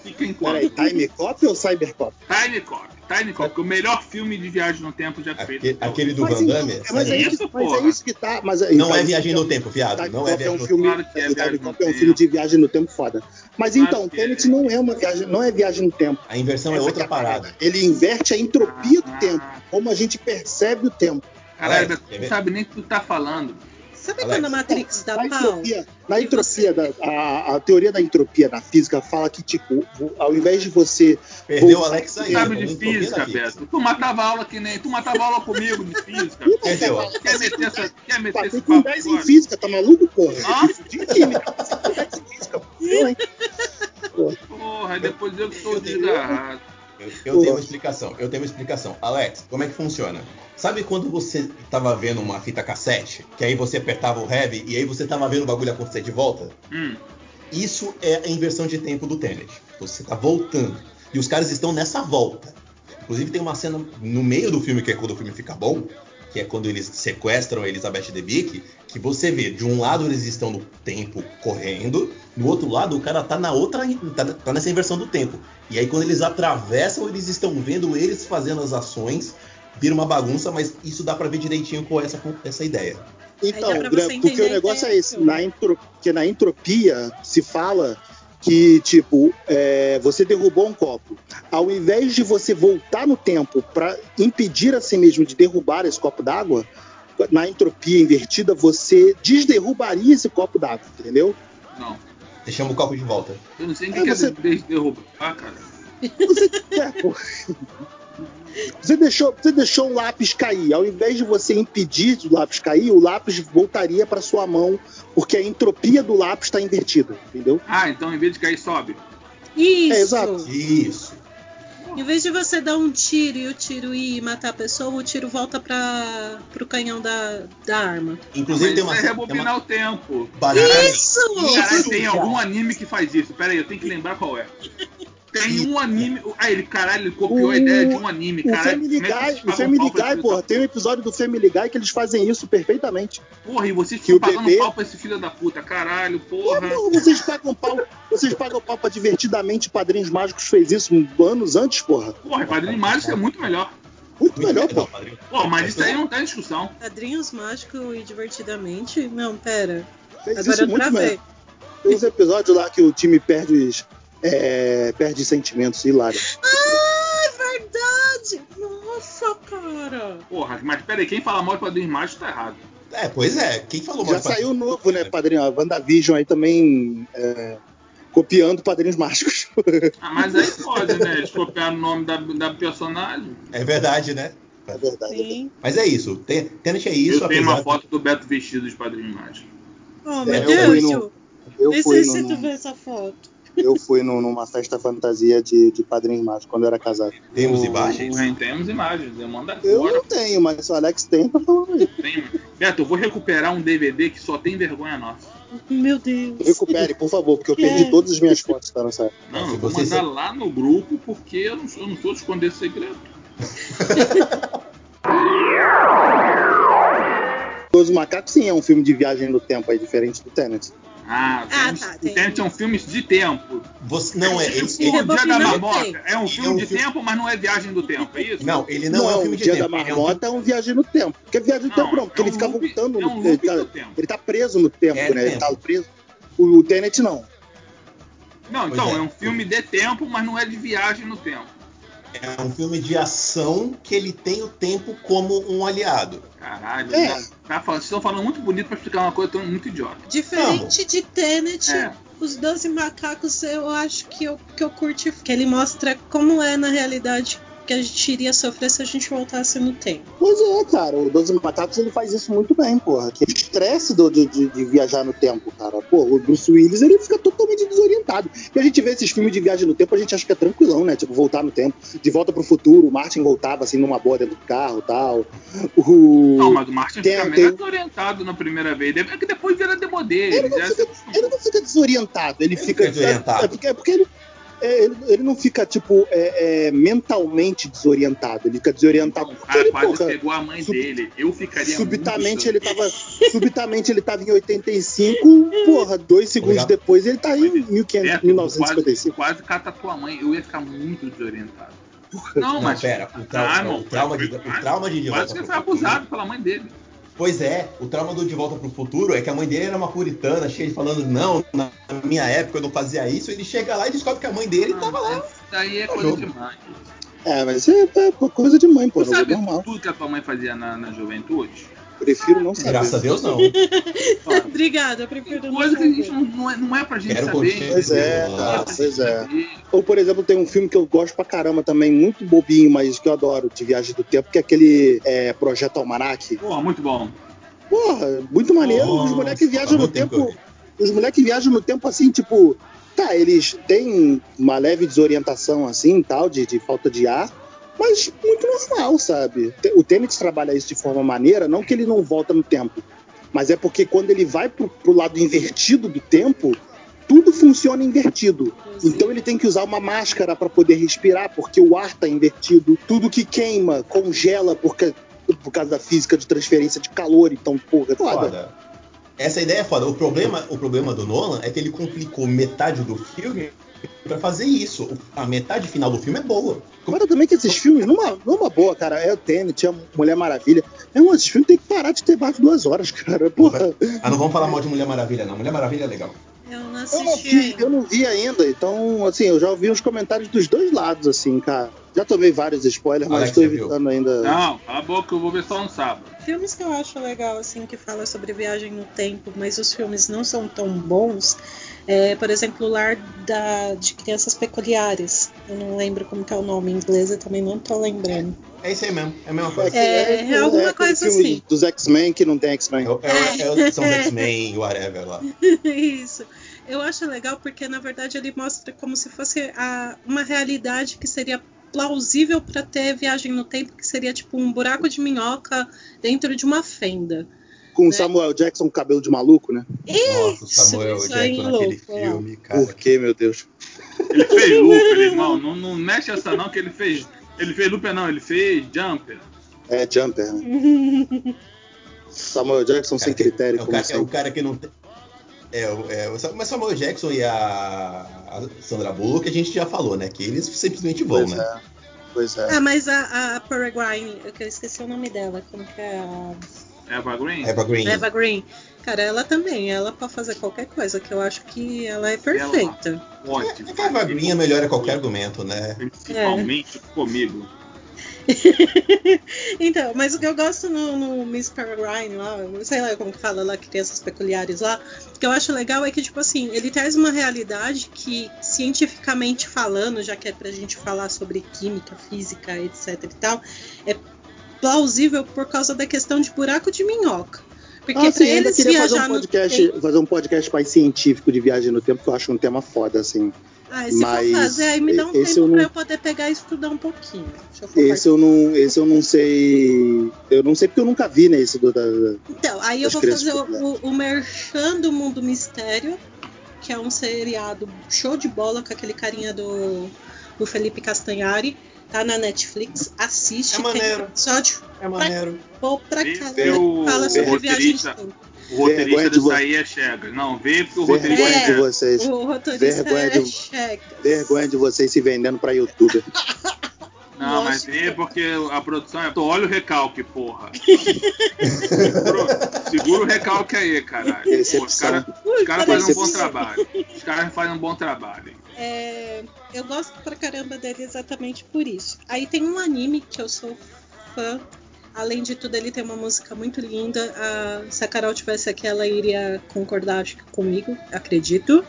Speaker 3: Fiquem com
Speaker 1: Peraí, Time Cop ou Cybercop?
Speaker 3: Time Cop. Time Cop, que é o melhor filme de viagem no tempo já feito.
Speaker 2: Aquele, aquele do
Speaker 1: Mas
Speaker 2: Van
Speaker 1: então,
Speaker 2: Damme,
Speaker 1: mas é
Speaker 2: sabe?
Speaker 1: isso, mas
Speaker 3: Porra.
Speaker 1: é isso que tá. Mas é,
Speaker 2: não
Speaker 1: então,
Speaker 2: é viagem
Speaker 1: então,
Speaker 2: no tempo, viado.
Speaker 1: Time
Speaker 2: Não
Speaker 1: Cop
Speaker 2: é viagem
Speaker 1: um
Speaker 2: no tempo.
Speaker 1: filme,
Speaker 3: Claro Tá, que é
Speaker 1: Time
Speaker 3: viagem
Speaker 1: Cop
Speaker 3: no
Speaker 1: é um
Speaker 3: tempo.
Speaker 1: filme de viagem no tempo foda. Mas
Speaker 3: Claro
Speaker 1: então,
Speaker 3: que é.
Speaker 1: Tenet não é uma viagem, não é viagem no tempo.
Speaker 2: A inversão é
Speaker 1: Essa
Speaker 2: outra
Speaker 1: que a
Speaker 2: parada.
Speaker 1: Ele inverte a entropia do
Speaker 3: Ah.
Speaker 1: tempo, como a gente percebe o tempo.
Speaker 3: Caralho,
Speaker 2: Alex,
Speaker 3: tu
Speaker 2: É, quer ver?
Speaker 3: não sabe nem o que tu tá falando.
Speaker 4: Sabe
Speaker 2: Alex.
Speaker 4: quando a Matrix dá
Speaker 1: na
Speaker 4: pau?
Speaker 1: entropia, na
Speaker 4: Tá E
Speaker 1: entropia da, a, a teoria da entropia na física fala que tipo, vo- ao invés de você
Speaker 2: Perdeu o
Speaker 1: Pô,
Speaker 2: Alex aí.
Speaker 1: É,
Speaker 3: sabe
Speaker 2: eu
Speaker 3: de
Speaker 2: não tô vendo
Speaker 3: física,
Speaker 2: aqui.
Speaker 3: Beto. Tu matava aula que nem. Tu matava aula comigo de física.
Speaker 1: Ih, mas
Speaker 2: Perdeu.
Speaker 1: você
Speaker 3: Quer meter essa. Quer meter esse
Speaker 1: bater com
Speaker 3: papo
Speaker 1: 10 em
Speaker 3: agora?
Speaker 1: física, tá maluco, porra? é
Speaker 3: Hã?
Speaker 1: De química, você com 10 em física, eu, hein?
Speaker 3: Porra, depois eu que sou
Speaker 2: Eu-
Speaker 3: desgarrado.
Speaker 2: Eu, eu tenho uma explicação, eu tenho uma explicação. Alex, como é que funciona? Sabe quando você tava vendo uma fita cassete, que aí você apertava o heavy e aí você tava vendo o bagulho acontecer de volta?
Speaker 3: Hum.
Speaker 2: Isso é a inversão de tempo do Tenet. Você tá voltando. E os caras estão nessa volta. Inclusive tem uma cena no meio do filme, que é quando o filme fica bom, que é quando eles sequestram a Elizabeth Debicki, que você vê, de um lado eles estão no tempo correndo, do outro lado o cara tá na outra, tá, tá nessa inversão do tempo. E aí quando eles atravessam, eles estão vendo eles fazendo as ações, vira uma bagunça, mas isso dá pra ver direitinho qual é essa, essa ideia.
Speaker 1: Então,
Speaker 4: Aí dá pra
Speaker 1: Gra-
Speaker 4: você
Speaker 1: porque
Speaker 4: entender
Speaker 1: o
Speaker 4: a
Speaker 1: negócio é
Speaker 4: ideia do
Speaker 1: esse.
Speaker 4: filme.
Speaker 1: Na entro, porque na entropia se fala que, tipo, é, você derrubou um copo. Ao invés de você voltar no tempo para impedir a si mesmo de derrubar esse copo d'água, na entropia invertida, você desderrubaria esse copo d'água, entendeu?
Speaker 3: Não.
Speaker 2: Você chama o copo de volta.
Speaker 3: Eu não sei
Speaker 1: É,
Speaker 3: quem quer
Speaker 1: você-
Speaker 3: des- derrubar, cara.
Speaker 1: Você, é, pô. Você deixou, você deixou o lápis cair. Ao invés de você impedir o lápis cair, o lápis voltaria para sua mão, porque a entropia do lápis está invertida, entendeu?
Speaker 3: Ah, então em vez de cair, sobe.
Speaker 4: Isso.
Speaker 1: É, exato.
Speaker 2: Isso.
Speaker 4: Em vez de você dar um tiro e o tiro ir e matar a pessoa, o tiro volta para pro canhão da, da arma.
Speaker 2: Inclusive
Speaker 3: Mas
Speaker 2: tem uma
Speaker 3: isso é
Speaker 2: cena-
Speaker 3: rebobinar
Speaker 2: tem uma-
Speaker 3: o tempo.
Speaker 2: Baralho.
Speaker 4: Isso!
Speaker 3: Caralho,
Speaker 2: Isso,
Speaker 3: tem
Speaker 2: cara.
Speaker 3: algum anime que faz isso. Pera aí, eu tenho que lembrar qual é. Tem um anime. Ah, ele, caralho, ele copiou
Speaker 1: O-
Speaker 3: a ideia de um anime,
Speaker 1: O
Speaker 3: caralho.
Speaker 1: Family
Speaker 3: Como é que
Speaker 1: Guy,
Speaker 3: vocês
Speaker 1: o
Speaker 3: pagam
Speaker 1: Family
Speaker 3: pau pra
Speaker 1: Guy,
Speaker 3: esse-
Speaker 1: porra, tem um episódio do Family Guy que eles fazem isso perfeitamente.
Speaker 3: Porra, e vocês
Speaker 1: Que
Speaker 3: ficam
Speaker 1: o
Speaker 3: pagando
Speaker 1: bebê-
Speaker 3: pau pra esse filho da puta, caralho,
Speaker 1: Pô,
Speaker 3: porra.
Speaker 1: porra, vocês pagam pau, vocês pagam pau pra divertidamente, Padrinhos Mágicos fez isso anos antes, porra.
Speaker 3: Porra, Padrinho Mágico é muito melhor.
Speaker 1: Muito melhor,
Speaker 2: Não,
Speaker 1: pô.
Speaker 2: Padrinho.
Speaker 3: Pô, mas isso aí não tá em discussão.
Speaker 4: Padrinhos mágicos e divertidamente? Não, pera.
Speaker 1: Fez
Speaker 4: Agora
Speaker 1: isso é
Speaker 4: eu
Speaker 1: muito melhor.
Speaker 4: travei.
Speaker 1: Tem uns episódios lá que o time perde os- é, perde sentimentos hilários.
Speaker 4: Ah, é verdade! Nossa, cara!
Speaker 3: Porra, mas pera aí, quem fala mal de Padrinho Mágico tá errado.
Speaker 2: É, pois é. Quem falou mal
Speaker 1: Já
Speaker 2: de Padrinho?
Speaker 1: saiu novo, né, padrinho? A WandaVision aí também é, copiando Padrinhos Mágicos.
Speaker 3: Ah, mas aí pode, né? Eles copiaram o nome da, da personagem.
Speaker 2: É verdade, né?
Speaker 1: É verdade.
Speaker 4: Sim.
Speaker 2: Mas é isso. Ten- Tenet é isso,
Speaker 3: eu tenho uma
Speaker 2: apesar
Speaker 3: foto do Beto vestido de Padrinho Mágico.
Speaker 4: Oh,
Speaker 1: É,
Speaker 4: meu
Speaker 1: eu fui
Speaker 4: Deus,
Speaker 1: no-
Speaker 4: Ju.
Speaker 1: Eu fui, no,
Speaker 4: Necessito
Speaker 1: num-
Speaker 4: ver essa foto.
Speaker 1: eu fui num- numa festa fantasia de, de padrinhos mágicos quando eu era casado.
Speaker 2: de temos
Speaker 1: O-
Speaker 2: imagens.
Speaker 3: Porra, Temos imagens, eu mando
Speaker 1: Eu
Speaker 3: agora.
Speaker 1: não tenho, mas se o Alex tem, tá falando aí.
Speaker 3: Tem. Beto, eu vou recuperar um DVD que só tem vergonha nossa.
Speaker 4: Meu Deus.
Speaker 1: Recupere, por favor, porque eu perdi
Speaker 4: É.
Speaker 1: todas as minhas fotos tá, que nessa época.
Speaker 3: Não,
Speaker 2: Nossa,
Speaker 3: eu vou
Speaker 2: vocês-
Speaker 3: mandar lá no grupo porque eu não, sou- eu não sou de esconder esse segredo.
Speaker 1: Todos os Macacos, sim, é um filme de viagem no tempo, aí, diferente do Tenet.
Speaker 3: Ah,
Speaker 4: Ah,
Speaker 3: Tenet-
Speaker 4: tá,
Speaker 3: o Tenet
Speaker 4: tem.
Speaker 3: é um filme de tempo.
Speaker 2: Você, não é. Ele,
Speaker 4: E
Speaker 3: O
Speaker 2: ele-
Speaker 4: Rebobinar
Speaker 3: Dia da
Speaker 4: tem.
Speaker 3: Marmota é um filme
Speaker 2: É um
Speaker 3: de
Speaker 2: filme-
Speaker 3: tempo, mas não é viagem do tempo, é isso?
Speaker 2: não, ele não, é um filme
Speaker 1: o
Speaker 2: de
Speaker 1: Dia
Speaker 2: tempo.
Speaker 1: da
Speaker 2: ele é um
Speaker 1: Marmota é um viagem no tempo. Porque viagem no
Speaker 2: então
Speaker 3: Não,
Speaker 1: tempo não, porque
Speaker 3: é um
Speaker 1: ele fica
Speaker 3: loop-
Speaker 1: voltando.
Speaker 3: é um
Speaker 1: no, ele,
Speaker 3: loop
Speaker 1: tá,
Speaker 3: do tempo.
Speaker 1: ele tá preso no tempo,
Speaker 2: É
Speaker 1: né? Ele
Speaker 2: tempo.
Speaker 1: tá preso. O, o Tenet não.
Speaker 3: Não,
Speaker 2: Pois
Speaker 3: então,
Speaker 2: é.
Speaker 3: é um filme de tempo, mas não é de viagem no tempo.
Speaker 2: É um filme de ação que ele tem o tempo como um aliado.
Speaker 3: Caralho,
Speaker 1: É.
Speaker 3: né? Tá falando- vocês estão falando muito bonito pra explicar uma coisa tão muito idiota.
Speaker 4: Diferente de Tenet,
Speaker 3: É.
Speaker 4: os Doze Macacos, eu acho que eu, que eu curti. Que ele mostra como é na realidade que a gente iria sofrer se a gente voltasse no tempo.
Speaker 1: Pois é, cara, o 12 Macacos ele faz isso muito bem, porra. Que estresse do, de, de- de viajar no tempo, cara. Pô, o Bruce Willis ele fica totalmente desorientado. Porque a gente vê esses filmes de viagem no tempo, a gente acha que é tranquilão, né? Tipo, voltar no tempo. De volta pro futuro, o Martin voltava assim numa boa dentro do carro e tal. O...
Speaker 3: Não, mas o Martin
Speaker 1: Tem-
Speaker 3: fica
Speaker 1: tem-
Speaker 3: melhor orientado na primeira vez. Deve- É que depois vira demodê.
Speaker 1: Ele
Speaker 3: Ele
Speaker 1: não
Speaker 3: já se
Speaker 1: fica-
Speaker 3: acostumou.
Speaker 1: Ele não fica desorientado, ele
Speaker 2: Ele
Speaker 1: fica.
Speaker 2: fica desorientado.
Speaker 1: É porque, é porque ele, é, ele, ele não fica, tipo, é, é, mentalmente desorientado. Ele fica desorientado
Speaker 3: O
Speaker 1: porque
Speaker 3: cara
Speaker 1: ele,
Speaker 3: Ah, quase
Speaker 1: porra,
Speaker 3: pegou a mãe
Speaker 1: sub-
Speaker 3: dele. Eu ficaria
Speaker 1: subitamente
Speaker 3: muito
Speaker 1: ele tava. subitamente ele tava em 85, porra, dois segundos
Speaker 2: Obrigado.
Speaker 1: depois ele tá em
Speaker 3: É, tu
Speaker 1: 1500,
Speaker 3: quase,
Speaker 1: 1955.
Speaker 3: quase cata tua mãe. Eu ia ficar muito desorientado.
Speaker 2: Não,
Speaker 3: Não, mas.
Speaker 2: pera, o, trau-
Speaker 3: Ah,
Speaker 2: não,
Speaker 3: não,
Speaker 2: o trauma de,
Speaker 3: foi-
Speaker 2: o trauma de De Volta
Speaker 3: Quase que
Speaker 2: pro
Speaker 3: ele foi
Speaker 2: Futuro-
Speaker 3: abusado pela mãe dele.
Speaker 2: Pois é, o trauma do De Volta pro Futuro é que a mãe dele era uma puritana, cheia de falando, não, na minha época eu não fazia isso, ele chega lá e descobre que a mãe
Speaker 3: Ah,
Speaker 2: dele tava lá.
Speaker 3: Isso daí é
Speaker 2: Tá
Speaker 3: coisa
Speaker 2: jogo.
Speaker 3: demais.
Speaker 1: É, mas é, é coisa de mãe,
Speaker 3: Tu
Speaker 1: porra. É
Speaker 3: sabe
Speaker 1: normal.
Speaker 3: tudo que a tua mãe fazia na, na juventude?
Speaker 1: Prefiro não saber.
Speaker 2: Graças a Deus não.
Speaker 3: Olha,
Speaker 4: Obrigada, eu
Speaker 3: tem
Speaker 4: prefiro não
Speaker 3: coisa que a
Speaker 4: saber.
Speaker 3: gente não, não é, não é pra gente
Speaker 2: Quero
Speaker 3: saber.
Speaker 2: continuar.
Speaker 1: Pois é, cara,
Speaker 3: Nossa,
Speaker 1: pois é.
Speaker 3: e-
Speaker 1: Ou, por exemplo, tem um filme que eu gosto pra caramba também, muito bobinho, mas que eu adoro, de Viagem do Tempo, que é aquele é, Projeto Almanac.
Speaker 3: Porra, muito bom.
Speaker 1: Porra, muito maneiro. os
Speaker 2: Nossa,
Speaker 1: moleques viajam
Speaker 2: faz
Speaker 1: no
Speaker 2: muito tempo que eu
Speaker 1: tempo. Os moleques viajam no tempo assim, tipo. Tá, eles têm uma leve desorientação assim, tal, de, de falta de ar, mas muito normal, sabe? Te- O Tenet trabalha isso de forma maneira, não que ele não volta no tempo, mas é porque quando ele vai pro, pro lado invertido do tempo, tudo funciona invertido. Então ele tem que usar uma máscara para poder respirar, porque o ar tá invertido. Tudo que queima, congela por, ca- por causa da física de transferência de calor. Então, porra, é foda.
Speaker 2: Foda. Essa ideia é foda. O problema, o problema do Nolan é que ele complicou metade do filme pra fazer isso. A metade final do filme é boa.
Speaker 1: Agora também que esses filmes, numa, numa boa, cara, é o Tenet, é Mulher Maravilha. É um esses filmes tem que parar de ter mais de duas horas, cara. Porra,
Speaker 2: Ah, não vamos falar mal de Mulher Maravilha, não. Mulher Maravilha é legal.
Speaker 4: Eu não
Speaker 1: eu não,
Speaker 4: assisti
Speaker 1: vi,
Speaker 4: ainda.
Speaker 1: eu não vi ainda, então, assim, eu já ouvi os comentários dos dois lados, assim, cara. Já tomei vários spoilers, mas
Speaker 2: Alex,
Speaker 1: tô
Speaker 2: você viu?
Speaker 1: evitando ainda.
Speaker 3: Não, cala a boca, eu vou ver só no sábado.
Speaker 4: Filmes que eu acho legal, assim, que fala sobre viagem no tempo, mas os filmes não são tão bons. É, por exemplo, o Lar da, de Crianças Peculiares. Eu não lembro como que é o nome em inglês, eu também não tô lembrando.
Speaker 2: É isso aí mesmo. É a mesma coisa.
Speaker 4: É, é alguma
Speaker 1: aquele
Speaker 4: coisa
Speaker 1: filme
Speaker 4: assim.
Speaker 1: Dos X-Men que não tem X-Men.
Speaker 2: É, o- é, o- é o- são os X-Men, whatever lá.
Speaker 4: Isso. Eu acho legal porque, na verdade, ele mostra como se fosse a- uma realidade que seria plausível para ter viagem no tempo, que seria tipo um buraco de minhoca dentro de uma fenda.
Speaker 1: Com o
Speaker 4: né?
Speaker 1: Samuel Jackson, cabelo de maluco, né?
Speaker 2: Nossa, o Samuel
Speaker 4: isso aí,
Speaker 2: Jackson naquele
Speaker 4: louco, lá.
Speaker 2: filme, cara.
Speaker 1: Por que, meu Deus?
Speaker 3: Ele fez looper, irmão. Não, não mexe essa não, que ele fez. Ele fez looper, não, ele fez jumper.
Speaker 1: É Jumper, né? Samuel Jackson sem
Speaker 2: Cara,
Speaker 1: critério,
Speaker 2: é o
Speaker 1: como
Speaker 2: cara, é o
Speaker 1: sempre.
Speaker 2: cara que não tem. É, o- é, o- mas Samuel Jackson e a, a Sandra Bullock, a gente já falou, né? Que eles simplesmente vão,
Speaker 1: pois
Speaker 2: né?
Speaker 1: é. Pois é.
Speaker 4: Ah, mas a, a Paraguay, que eu esqueci o nome dela, como que é a
Speaker 3: Eva
Speaker 1: é.
Speaker 3: Green?
Speaker 2: Eva Green.
Speaker 4: Eva Green. Cara, ela também, ela pode fazer qualquer coisa, que eu acho que ela é perfeita.
Speaker 3: Ótimo.
Speaker 2: É que a Eva Green é melhor a qualquer argumento, né?
Speaker 4: É.
Speaker 3: Principalmente comigo.
Speaker 4: então, mas o que eu gosto no, no Miss Peregrine lá, eu sei lá como que fala lá, crianças peculiares lá, o que eu acho legal é que, tipo assim, ele traz uma realidade que, cientificamente falando, já que é pra gente falar sobre química, física, etc e tal, é plausível por causa da questão de buraco de minhoca. Porque
Speaker 1: Ah,
Speaker 4: pra
Speaker 1: sim, ainda
Speaker 4: eles
Speaker 1: queria fazer
Speaker 4: viajar
Speaker 1: um
Speaker 4: no
Speaker 1: podcast, fazer um podcast mais científico de viagem no tempo, que eu acho um tema foda, assim.
Speaker 4: Ah, e se
Speaker 1: Mas
Speaker 4: for fazer, aí me dá um
Speaker 1: esse
Speaker 4: tempo
Speaker 1: eu não-
Speaker 4: pra eu poder pegar e estudar um pouquinho. Deixa eu focar.
Speaker 1: Esse eu não, esse eu não sei. Eu não sei porque eu nunca vi, né? Esse do, da, da-
Speaker 4: Então, aí eu
Speaker 1: As
Speaker 4: vou
Speaker 1: crianças
Speaker 4: fazer o,
Speaker 1: populares.
Speaker 4: o Merchan do Mundo Mistério, que é um seriado show de bola com aquele carinha do, do Felipe Castanhari. Tá na Netflix, assiste.
Speaker 2: É
Speaker 4: tem
Speaker 2: maneiro.
Speaker 4: episódio
Speaker 2: É maneiro.
Speaker 4: bom pra
Speaker 3: Esse
Speaker 4: caralho.
Speaker 3: é o
Speaker 4: Fala sobre viagem de
Speaker 3: roteirista.
Speaker 4: tempo.
Speaker 3: O roteirista
Speaker 1: Vergonha de
Speaker 3: disso aí é chega. Não, vê porque o roteirista
Speaker 1: vergonha
Speaker 4: é-
Speaker 1: de
Speaker 3: é.
Speaker 1: vocês.
Speaker 4: O roteirista
Speaker 1: Vergonha
Speaker 4: é
Speaker 1: de- um
Speaker 4: checa.
Speaker 1: Vergonha de vocês se vendendo pra youtuber.
Speaker 3: Não, mas
Speaker 4: Lógico.
Speaker 3: vê porque a produção é. Olha o recalque, porra. Segura- Segura o recalque aí, caralho. Pô, os
Speaker 1: Decepção.
Speaker 3: caras os caras fazem um bom
Speaker 1: Decepção.
Speaker 3: trabalho. Os caras fazem um bom trabalho.
Speaker 4: É, eu gosto pra caramba dele exatamente por isso. Aí tem um anime que eu sou fã. Além de tudo, ele tem uma música muito linda. A- se a Carol tivesse aqui, ela iria concordar acho que comigo, acredito.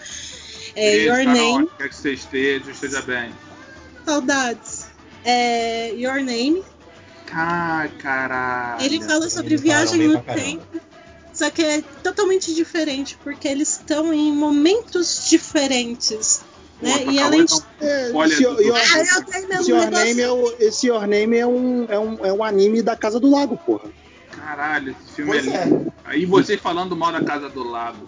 Speaker 4: É,
Speaker 3: Beijo,
Speaker 4: Your
Speaker 3: Carol,
Speaker 4: Name,
Speaker 3: onde Quer que você esteja, esteja bem.
Speaker 4: saudades. É, Your Name.
Speaker 3: Ai, caralho.
Speaker 4: ele fala né,
Speaker 2: eles
Speaker 4: sobre
Speaker 2: falaram
Speaker 4: viagem
Speaker 2: bem
Speaker 4: no
Speaker 2: pra caramba.
Speaker 4: tempo. Só que é totalmente diferente, porque eles estão em momentos diferentes.
Speaker 3: Pô,
Speaker 4: Né?
Speaker 3: tu
Speaker 4: E
Speaker 3: acabou
Speaker 4: além
Speaker 3: de
Speaker 4: de.
Speaker 3: dar um
Speaker 1: É,
Speaker 3: spoiler
Speaker 1: se-
Speaker 3: do-
Speaker 1: e
Speaker 3: do-
Speaker 1: olha-
Speaker 4: Ah, eu tenho meu
Speaker 1: Esse Your
Speaker 4: negócio
Speaker 1: Name, é, o, esse Your Name é, um, é, um, é um anime da Casa do Lago, porra.
Speaker 3: Caralho, esse filme
Speaker 2: Pois
Speaker 3: é
Speaker 2: é.
Speaker 3: lindo. Aí vocês falando mal da Casa do Lago.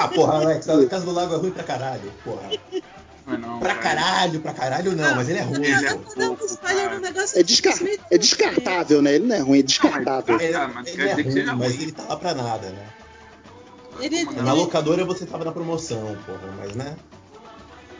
Speaker 2: Ah, porra, Alex, a Casa do Lago é ruim pra caralho, porra.
Speaker 3: Não, é não,
Speaker 2: Pra
Speaker 3: cara.
Speaker 2: caralho, pra caralho
Speaker 4: Ah,
Speaker 2: não, mas ele é ruim,
Speaker 4: Não,
Speaker 2: pô.
Speaker 4: não, não, espalha no um negócio
Speaker 1: É,
Speaker 4: de
Speaker 1: descar-
Speaker 4: 2013.
Speaker 1: é descartável, né? Ele não é ruim, é descartável.
Speaker 2: Ele,
Speaker 3: Ah, mas
Speaker 2: ele
Speaker 3: quer
Speaker 2: é
Speaker 3: dizer que seja
Speaker 2: ruim, mas
Speaker 3: ruim.
Speaker 2: ele tá lá pra nada, né?
Speaker 4: Ele, é de-
Speaker 2: Na locadora você tava na promoção, porra, mas né?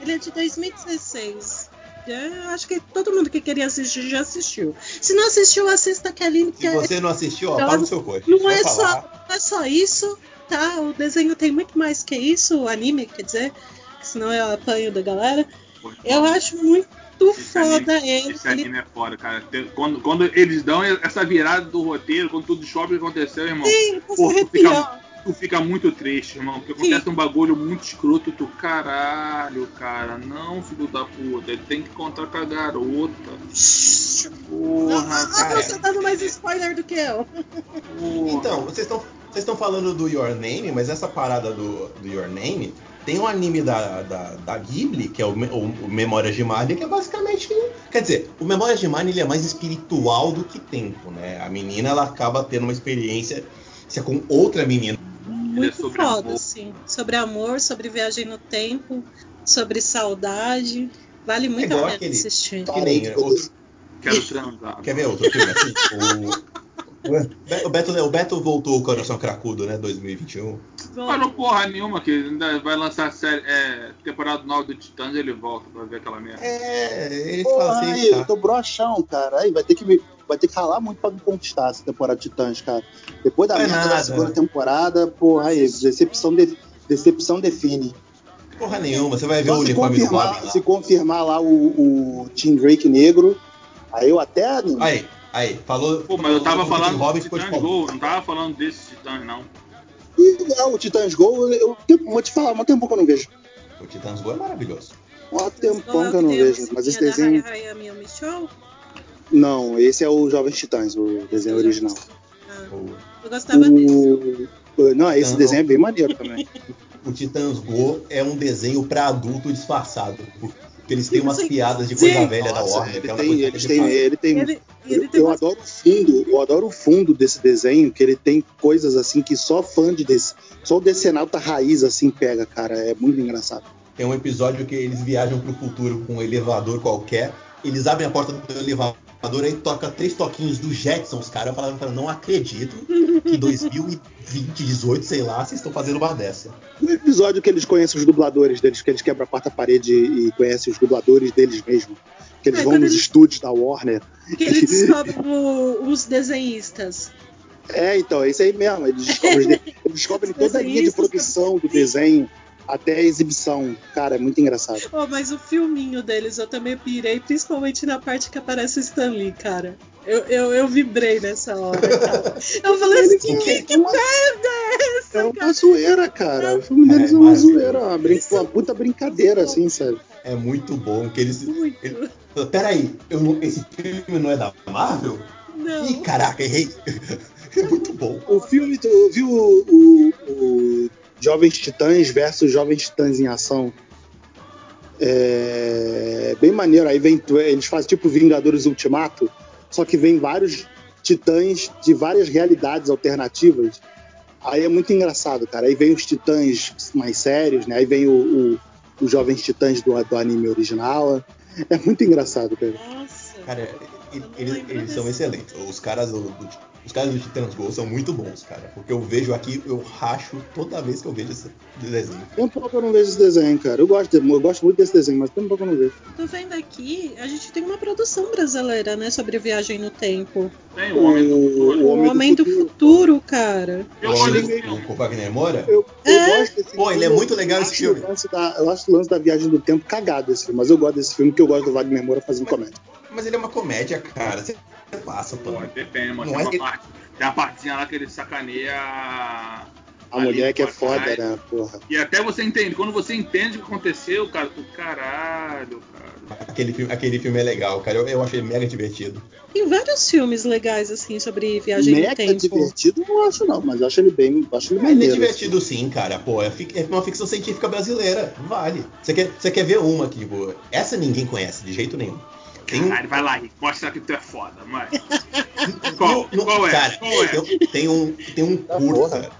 Speaker 4: ele é de 2016. Eu acho que todo mundo que queria assistir já assistiu. Se não assistiu, assista que é lindo, que
Speaker 2: Se
Speaker 4: é-
Speaker 2: você não assistiu, ó,
Speaker 4: Então,
Speaker 2: para no seu coxa.
Speaker 4: não
Speaker 2: Vai
Speaker 4: é
Speaker 2: falar.
Speaker 4: só, não é só isso, tá? O desenho tem muito mais que isso, o anime, quer dizer, que senão eu apanho da galera.
Speaker 3: Pô,
Speaker 4: Eu acho muito
Speaker 3: Esse
Speaker 4: foda ele.
Speaker 3: Esse
Speaker 4: ele
Speaker 3: anime é foda, cara. Tem- Quando, quando eles dão essa virada do roteiro, quando tudo chove que aconteceu, irmão,
Speaker 4: Sim, você
Speaker 3: Pô,
Speaker 4: arrepiou.
Speaker 3: tu fica muito triste, irmão. Porque acontece um bagulho muito escroto, tu caralho, cara. Não, filho da puta. Ele tem que contar com a garota.
Speaker 4: Não,
Speaker 3: Porra,
Speaker 4: não,
Speaker 3: cara.
Speaker 4: você tá dando mais spoiler do que eu.
Speaker 3: Porra.
Speaker 2: Então, vocês estão vocês estão falando do Your Name, mas essa parada do, do Your Name tem um anime da, da, da Ghibli, que é o, Me- o- o Memórias de Marne, que é basicamente. Quer dizer, o Memórias de Marne ele é mais espiritual do que tempo, né? A menina ela acaba tendo uma experiência se é com outra menina.
Speaker 4: Muito
Speaker 3: é sobre
Speaker 4: foda,
Speaker 3: amor.
Speaker 4: sim. Sobre amor, sobre viagem no tempo, sobre saudade. Vale muito a
Speaker 2: igual
Speaker 4: pena
Speaker 2: aquele- Tá.
Speaker 4: assistir.
Speaker 2: Que nem
Speaker 1: Parei de
Speaker 2: outro-
Speaker 3: quero transar.
Speaker 2: Quer ver outro filme assim? o, o, Beto, o Beto voltou o Coração Cracudo, né? 2021.
Speaker 3: Parou porra nenhuma, que ainda vai lançar a série, é, temporada nova do Titãs ele volta pra ver aquela merda.
Speaker 2: É, ele
Speaker 1: Porra,
Speaker 2: fala
Speaker 1: aí,
Speaker 2: assim.
Speaker 1: eu
Speaker 2: tá.
Speaker 1: tô brochão, cara. Aí vai ter que me. Vai ter que ralar muito pra me conquistar essa temporada de Titãs, cara. Depois da
Speaker 2: Não é
Speaker 1: merda da
Speaker 2: nada.
Speaker 1: segunda temporada, porra, aí, decepção, de- decepção define.
Speaker 2: Porra nenhuma, você vai ver
Speaker 1: Só
Speaker 2: o
Speaker 1: se
Speaker 2: uniforme do Robin
Speaker 1: confirmar,
Speaker 2: lá.
Speaker 1: se confirmar lá o, o Tim Drake negro, aí eu até animo.
Speaker 2: Aí, aí, falou.
Speaker 3: Pô, mas eu tava
Speaker 2: falou
Speaker 3: falando
Speaker 2: de É. Robin
Speaker 3: do
Speaker 2: ficou de
Speaker 3: Titãs
Speaker 2: pau.
Speaker 3: Gol, não tava falando desses Titãs, não.
Speaker 1: E ah, o Titãs Gol, eu, eu vou te falar, há um tempão que eu não vejo.
Speaker 2: O Titãs Go é maravilhoso.
Speaker 1: Há um tempão que eu não vejo. Mas
Speaker 4: é
Speaker 1: esse desenho. Não, esse é o Jovens Titãs, o desenho original.
Speaker 2: O,
Speaker 4: Ah, eu gostava desse.
Speaker 1: O- Não, esse
Speaker 2: Não.
Speaker 1: desenho é bem maneiro também.
Speaker 2: o Titãs Go é um desenho pra adulto disfarçado. Porque eles têm umas
Speaker 4: Sim.
Speaker 2: piadas de coisa
Speaker 4: Sim.
Speaker 2: velha da
Speaker 1: Nossa,
Speaker 2: Warner,
Speaker 1: ele
Speaker 2: que é uma
Speaker 1: tem,
Speaker 2: coisa
Speaker 1: ele tem,
Speaker 2: que
Speaker 1: ele tem
Speaker 4: Ele, e ele
Speaker 1: Eu,
Speaker 4: tem
Speaker 1: eu
Speaker 4: uma-
Speaker 1: adoro o fundo, eu adoro o fundo desse desenho, que ele tem coisas assim que só fã de desse, só o decenalta raiz assim pega, cara, é muito engraçado.
Speaker 2: Tem um episódio que eles viajam pro futuro com um elevador qualquer, eles abrem a porta do elevador aí toca três toquinhos do Jetsons, cara. Eu falava, eu falava, não acredito que em 2020, 18, sei lá, vocês estão fazendo uma dessa.
Speaker 1: No Um episódio que eles conhecem os dubladores deles, que eles quebram a quarta parede e conhecem os dubladores deles mesmo, que eles
Speaker 4: É,
Speaker 1: vão
Speaker 4: quando
Speaker 1: nos
Speaker 4: eles-
Speaker 1: estúdios da Warner.
Speaker 4: que ele descobre o- os desenhistas.
Speaker 1: É, então, é isso aí mesmo, eles descobrem, eles de- eles descobrem toda a linha de produção do desenho até a exibição. Cara, é muito engraçado.
Speaker 4: Oh, mas o filminho deles eu também pirei, principalmente na parte que aparece o Stanley, cara. Eu, eu, eu vibrei nessa hora, cara. Eu falei assim, que, que, que merda é essa,
Speaker 1: É
Speaker 4: cara?
Speaker 1: uma zoeira, cara. O filme deles é uma
Speaker 2: maravilhoso.
Speaker 1: zoeira, uma, brin- uma puta brincadeira, assim, sabe?
Speaker 2: É muito bom que eles.
Speaker 4: Muito.
Speaker 2: Peraí, eu não- esse filme não é da Marvel?
Speaker 4: Não.
Speaker 2: Ih, caraca, errei. É muito bom.
Speaker 1: O filme, tu viu o, o- o Jovens Titãs versus Jovens Titãs em ação? É bem maneiro. Aí vem, eles fazem tipo Vingadores Ultimato, só que vem vários titãs de várias realidades alternativas. Aí é muito engraçado, cara. Aí vem os titãs mais sérios, né? Aí vem o, o- os jovens titãs do, do anime original. É muito engraçado, cara.
Speaker 4: Nossa.
Speaker 2: Cara, e-
Speaker 4: não
Speaker 2: eles,
Speaker 4: lembro
Speaker 2: eles são
Speaker 4: desse.
Speaker 2: excelentes. Os caras do, do- os caras do Titãs Go são muito bons, cara. Porque eu vejo aqui, eu racho toda vez que eu vejo esse desenho.
Speaker 1: Tem um pouco que eu não vejo esse desenho, cara. Eu gosto, de- eu gosto muito desse desenho, mas tem um pouco que eu não vejo.
Speaker 4: Tô vendo aqui, a gente tem uma produção brasileira, né? Sobre viagem no tempo.
Speaker 3: Tem o Homem do Futuro.
Speaker 1: O Homem
Speaker 4: o
Speaker 1: do
Speaker 4: Homem do,
Speaker 1: Futuro.
Speaker 4: futuro, cara.
Speaker 3: Eu
Speaker 2: O
Speaker 3: gosto
Speaker 2: homem
Speaker 3: desse
Speaker 2: do-
Speaker 3: filme.
Speaker 2: o Wagner Moura?
Speaker 1: Eu, eu
Speaker 4: É?
Speaker 1: gosto desse
Speaker 2: Pô, ele é muito legal
Speaker 1: Eu
Speaker 2: esse
Speaker 1: acho
Speaker 2: filme.
Speaker 1: o lance da- eu acho o lance da viagem do tempo cagado esse filme, mas eu gosto desse filme porque eu gosto do Wagner Moura fazendo comédia.
Speaker 2: Mas ele é uma comédia, cara. Você passa, pô.
Speaker 3: Pô, depende, mano.
Speaker 2: Não
Speaker 3: Tem
Speaker 2: é
Speaker 3: uma
Speaker 2: que-
Speaker 3: parte. Tem uma partezinha lá que ele sacaneia. a-
Speaker 1: A
Speaker 3: Ali
Speaker 1: mulher que é
Speaker 3: pra
Speaker 1: foda,
Speaker 3: trás.
Speaker 1: né? Porra.
Speaker 3: E até você entende. Quando você entende o que aconteceu, cara, tu caralho, cara.
Speaker 2: Aquele filme, aquele filme é legal, cara. Eu, eu achei mega divertido.
Speaker 4: Tem vários filmes legais, assim, sobre viagem
Speaker 1: Mega
Speaker 4: no tempo.
Speaker 1: divertido, não acho não, mas eu acho ele bem. eu Acho ele
Speaker 2: Mas ele é
Speaker 1: maneiro.
Speaker 2: divertido sim, cara. Pô, é, fic- é uma ficção científica brasileira. Vale. Você quer, você quer ver uma que, tipo, essa ninguém conhece de jeito nenhum. Tem um,
Speaker 3: Caralho, vai lá, Rick. Mostra que tu é foda, mano.
Speaker 2: Não,
Speaker 3: Qual,
Speaker 2: não,
Speaker 3: qual é?
Speaker 2: Cara,
Speaker 3: qual é?
Speaker 2: tem, tem um, tem um
Speaker 1: Tá
Speaker 2: curta.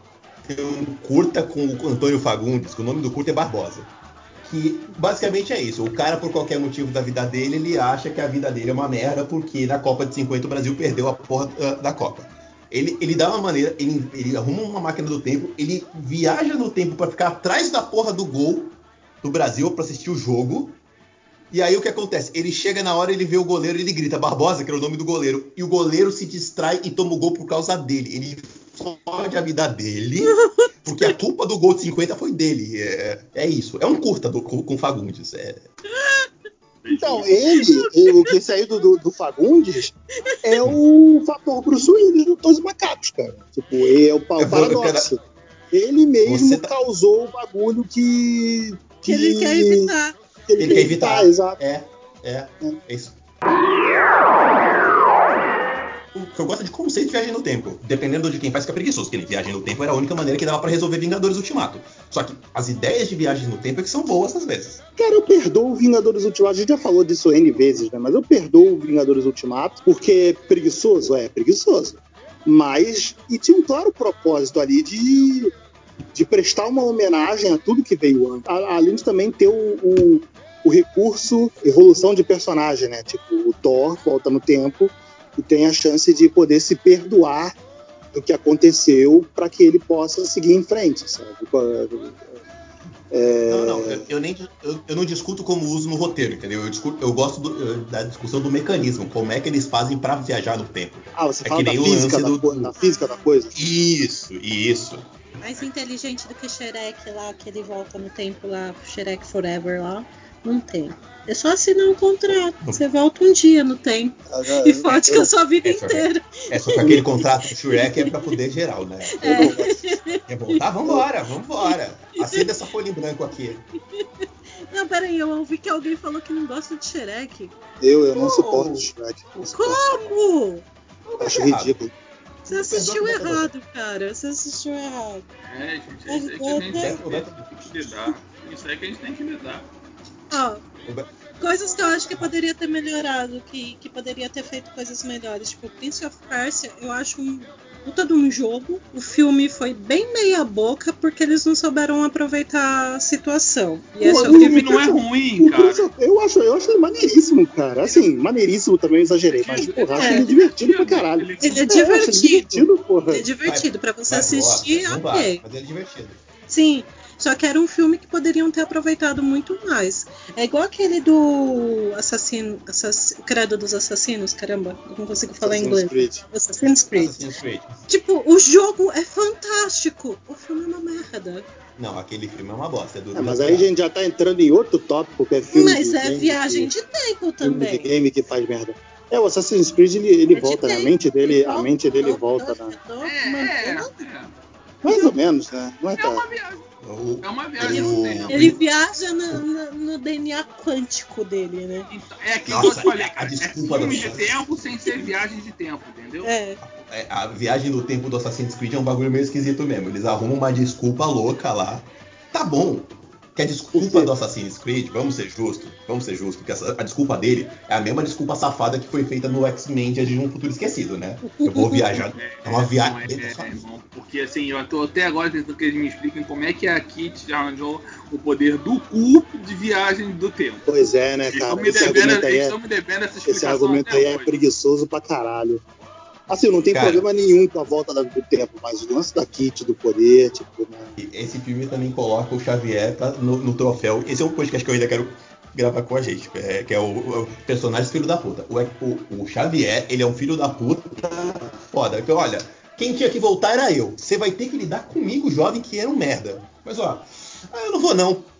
Speaker 2: Tem um curta com o Antônio Fagundes, que o nome do curta é Barbosa. Que basicamente é isso. O cara, por qualquer motivo da vida dele, ele acha que a vida dele é uma merda, porque na Copa de 50 o Brasil perdeu a porra ah, da Copa. Ele, ele dá uma maneira, ele, ele arruma uma máquina do tempo, ele viaja no tempo pra ficar atrás da porra do gol do Brasil pra assistir o jogo. E aí o que acontece? Ele chega na hora, ele vê o goleiro, ele grita Barbosa, que era o nome do goleiro. E o goleiro se distrai e toma o gol por causa dele. Ele fode a vida dele, porque a culpa do gol de 50 foi dele. É, é isso. É um curta do- com, com Fagundes. É,
Speaker 1: Então, ele, ele- o que saiu do, do, do Fagundes, é o fator Bruce Willis do Todos Macacos, cara. Tipo, ele é o, pa-
Speaker 2: É,
Speaker 1: o paradoxo. Ele
Speaker 2: Você
Speaker 1: mesmo
Speaker 2: tá-
Speaker 1: causou o bagulho que.
Speaker 4: Que ele quer evitar.
Speaker 1: que ele quer evitar, exato.
Speaker 2: É, é, é isso. O que eu gosto é de conceito de viagem no tempo. Dependendo de quem faz, fica preguiçoso. Porque viagem no tempo era a única maneira que dava pra resolver Vingadores Ultimato. Só que as ideias de viagem no tempo é que são boas às vezes.
Speaker 1: Cara, eu perdoo o Vingadores Ultimato. A gente já falou disso N vezes, né? Mas eu perdoo o Vingadores Ultimato porque é preguiçoso, é preguiçoso. Mas, e tinha um claro propósito ali de, de prestar uma homenagem a tudo que veio antes. A- Além de também ter o, o, o recurso evolução de personagem, né? Tipo, o Thor volta no tempo e tem a chance de poder se perdoar do que aconteceu para que ele possa seguir em frente, sabe? Tipo,
Speaker 2: Não, não, eu, eu nem, eu, eu não discuto como uso no roteiro, entendeu? Eu, discuto, eu gosto do- eu- da discussão do mecanismo, como é que eles fazem pra viajar no tempo.
Speaker 1: Ah, você
Speaker 2: É
Speaker 1: fala
Speaker 2: que
Speaker 1: da
Speaker 2: nem o
Speaker 1: física
Speaker 2: lance
Speaker 1: da,
Speaker 2: do-
Speaker 1: co- da física da coisa?
Speaker 2: Isso, isso.
Speaker 4: Mais inteligente do que Shrek lá, que ele volta no tempo lá, Shrek Forever lá. Não tem. É só assinar um contrato. Você volta um dia no tempo e fode com a sua vida
Speaker 2: É,
Speaker 4: inteira.
Speaker 2: É só que aquele contrato do Shrek é pra poder geral, né? É bom, tá? Vambora, vambora. Acenda essa folha em branco aqui.
Speaker 4: É. Não, peraí, eu ouvi que alguém falou que não gosta de Shrek.
Speaker 1: Eu, eu não
Speaker 2: Oh.
Speaker 1: suporto Shrek. Não suporto.
Speaker 4: Como?
Speaker 1: Acho
Speaker 2: Errado.
Speaker 1: ridículo.
Speaker 4: Você assistiu errado, cara. Você assistiu errado.
Speaker 3: É, gente, é isso aí que a gente
Speaker 2: Beto, o Beto-
Speaker 3: tem que lidar. Isso aí que a gente tem que lidar.
Speaker 4: Ó,
Speaker 2: O Be-
Speaker 4: coisas que eu acho que poderia ter melhorado, que, que poderia ter feito coisas melhores. Tipo, Prince of Persia, eu acho um puta de um jogo. O filme foi bem meia boca porque eles não souberam aproveitar a situação. E esse é
Speaker 1: Pô,
Speaker 4: o
Speaker 3: O
Speaker 1: eu-
Speaker 4: filme.
Speaker 3: filme não é
Speaker 2: tá
Speaker 3: ruim,
Speaker 1: O Prince
Speaker 3: cara.
Speaker 1: of- eu, acho, eu acho ele maneiríssimo, cara. Assim, maneiríssimo também eu exagerei, mas, porra, acho
Speaker 4: É.
Speaker 1: ele divertido pra caralho.
Speaker 3: Ele-
Speaker 4: Ele é
Speaker 1: É, eu acho ele
Speaker 4: divertido.
Speaker 1: divertido, porra.
Speaker 4: Ele É divertido pra você
Speaker 2: Vai,
Speaker 4: assistir,
Speaker 2: gosta, não
Speaker 4: ok.
Speaker 2: vai, Mas ele é divertido.
Speaker 4: Sim, só que era um filme que poderiam ter aproveitado muito mais. É igual aquele do assassino, assass... Credo dos Assassinos, caramba, eu não consigo falar em inglês.
Speaker 1: Assassin's Creed.
Speaker 4: Assassin's Creed.
Speaker 2: Assassin's Creed.
Speaker 4: Tipo, o jogo é fantástico, o filme é uma merda.
Speaker 2: Não, aquele filme é uma bosta. É duro
Speaker 1: É, mas
Speaker 2: pra
Speaker 1: aí a
Speaker 2: caralho.
Speaker 1: gente já tá entrando em outro tópico, porque é filme
Speaker 4: Mas
Speaker 1: de
Speaker 4: é
Speaker 1: game
Speaker 4: viagem
Speaker 1: que,
Speaker 4: de tempo
Speaker 1: filme de
Speaker 4: também.
Speaker 1: game que faz merda. É, o Assassin's Creed, ele, ele
Speaker 4: É de
Speaker 1: volta, né? A
Speaker 4: tempo,
Speaker 1: mente dele,
Speaker 4: volta,
Speaker 1: a mente dele
Speaker 4: volta,
Speaker 1: volta, né?
Speaker 4: volta,
Speaker 3: É, é,
Speaker 4: mantém.
Speaker 3: é.
Speaker 1: Mais ou menos, né? Não é
Speaker 3: É uma
Speaker 1: tá.
Speaker 3: viagem.
Speaker 2: O-
Speaker 3: É uma viagem no
Speaker 2: o-
Speaker 3: tempo.
Speaker 4: Ele viaja na- na- no DNA quântico dele, né?
Speaker 3: Então, É aquilo que eu
Speaker 2: Nossa,
Speaker 3: te falei,
Speaker 2: a
Speaker 3: cara. É
Speaker 2: desculpa
Speaker 3: filme
Speaker 2: do
Speaker 3: de
Speaker 2: Chaves.
Speaker 3: tempo sem ser viagem de tempo, entendeu?
Speaker 4: É.
Speaker 2: é, a viagem no tempo do Assassin's Creed é um bagulho meio esquisito mesmo. Eles arrumam uma desculpa louca lá. Tá bom. Que a desculpa do Assassin's Creed, vamos ser justos, vamos ser justos, porque essa- a desculpa dele é a mesma desculpa safada que foi feita no X-Men Dias de um Futuro Esquecido, né? Eu vou viajar. É uma viagem.
Speaker 3: É, é, é, irmão, porque assim, eu tô até agora tentando que eles me expliquem como é que a Kit arranjou o poder do cu de viagem do tempo.
Speaker 1: Pois é, né,
Speaker 3: Eles
Speaker 1: cara?
Speaker 3: estão me,
Speaker 1: Esse
Speaker 3: devendo-
Speaker 1: argumento aí
Speaker 3: eles
Speaker 1: é,
Speaker 3: estão me devendo essa explicação.
Speaker 1: esse argumento
Speaker 3: até
Speaker 1: aí é
Speaker 3: hoje.
Speaker 1: preguiçoso pra caralho. Assim, não tem
Speaker 2: Cara.
Speaker 1: problema nenhum com a volta da- do tempo, mas o lance da kit, do poder, tipo, né?
Speaker 2: E Esse filme também coloca o Xavier pra- no, no troféu. Esse é um podcast que eu ainda quero gravar com a gente, é- que é o, o personagem filho da puta. O, o- o Xavier, ele é um filho da puta foda. Então, olha, quem tinha que voltar era eu. Você vai ter que lidar comigo, jovem, que era um merda. Mas, ó, ah, eu não vou não.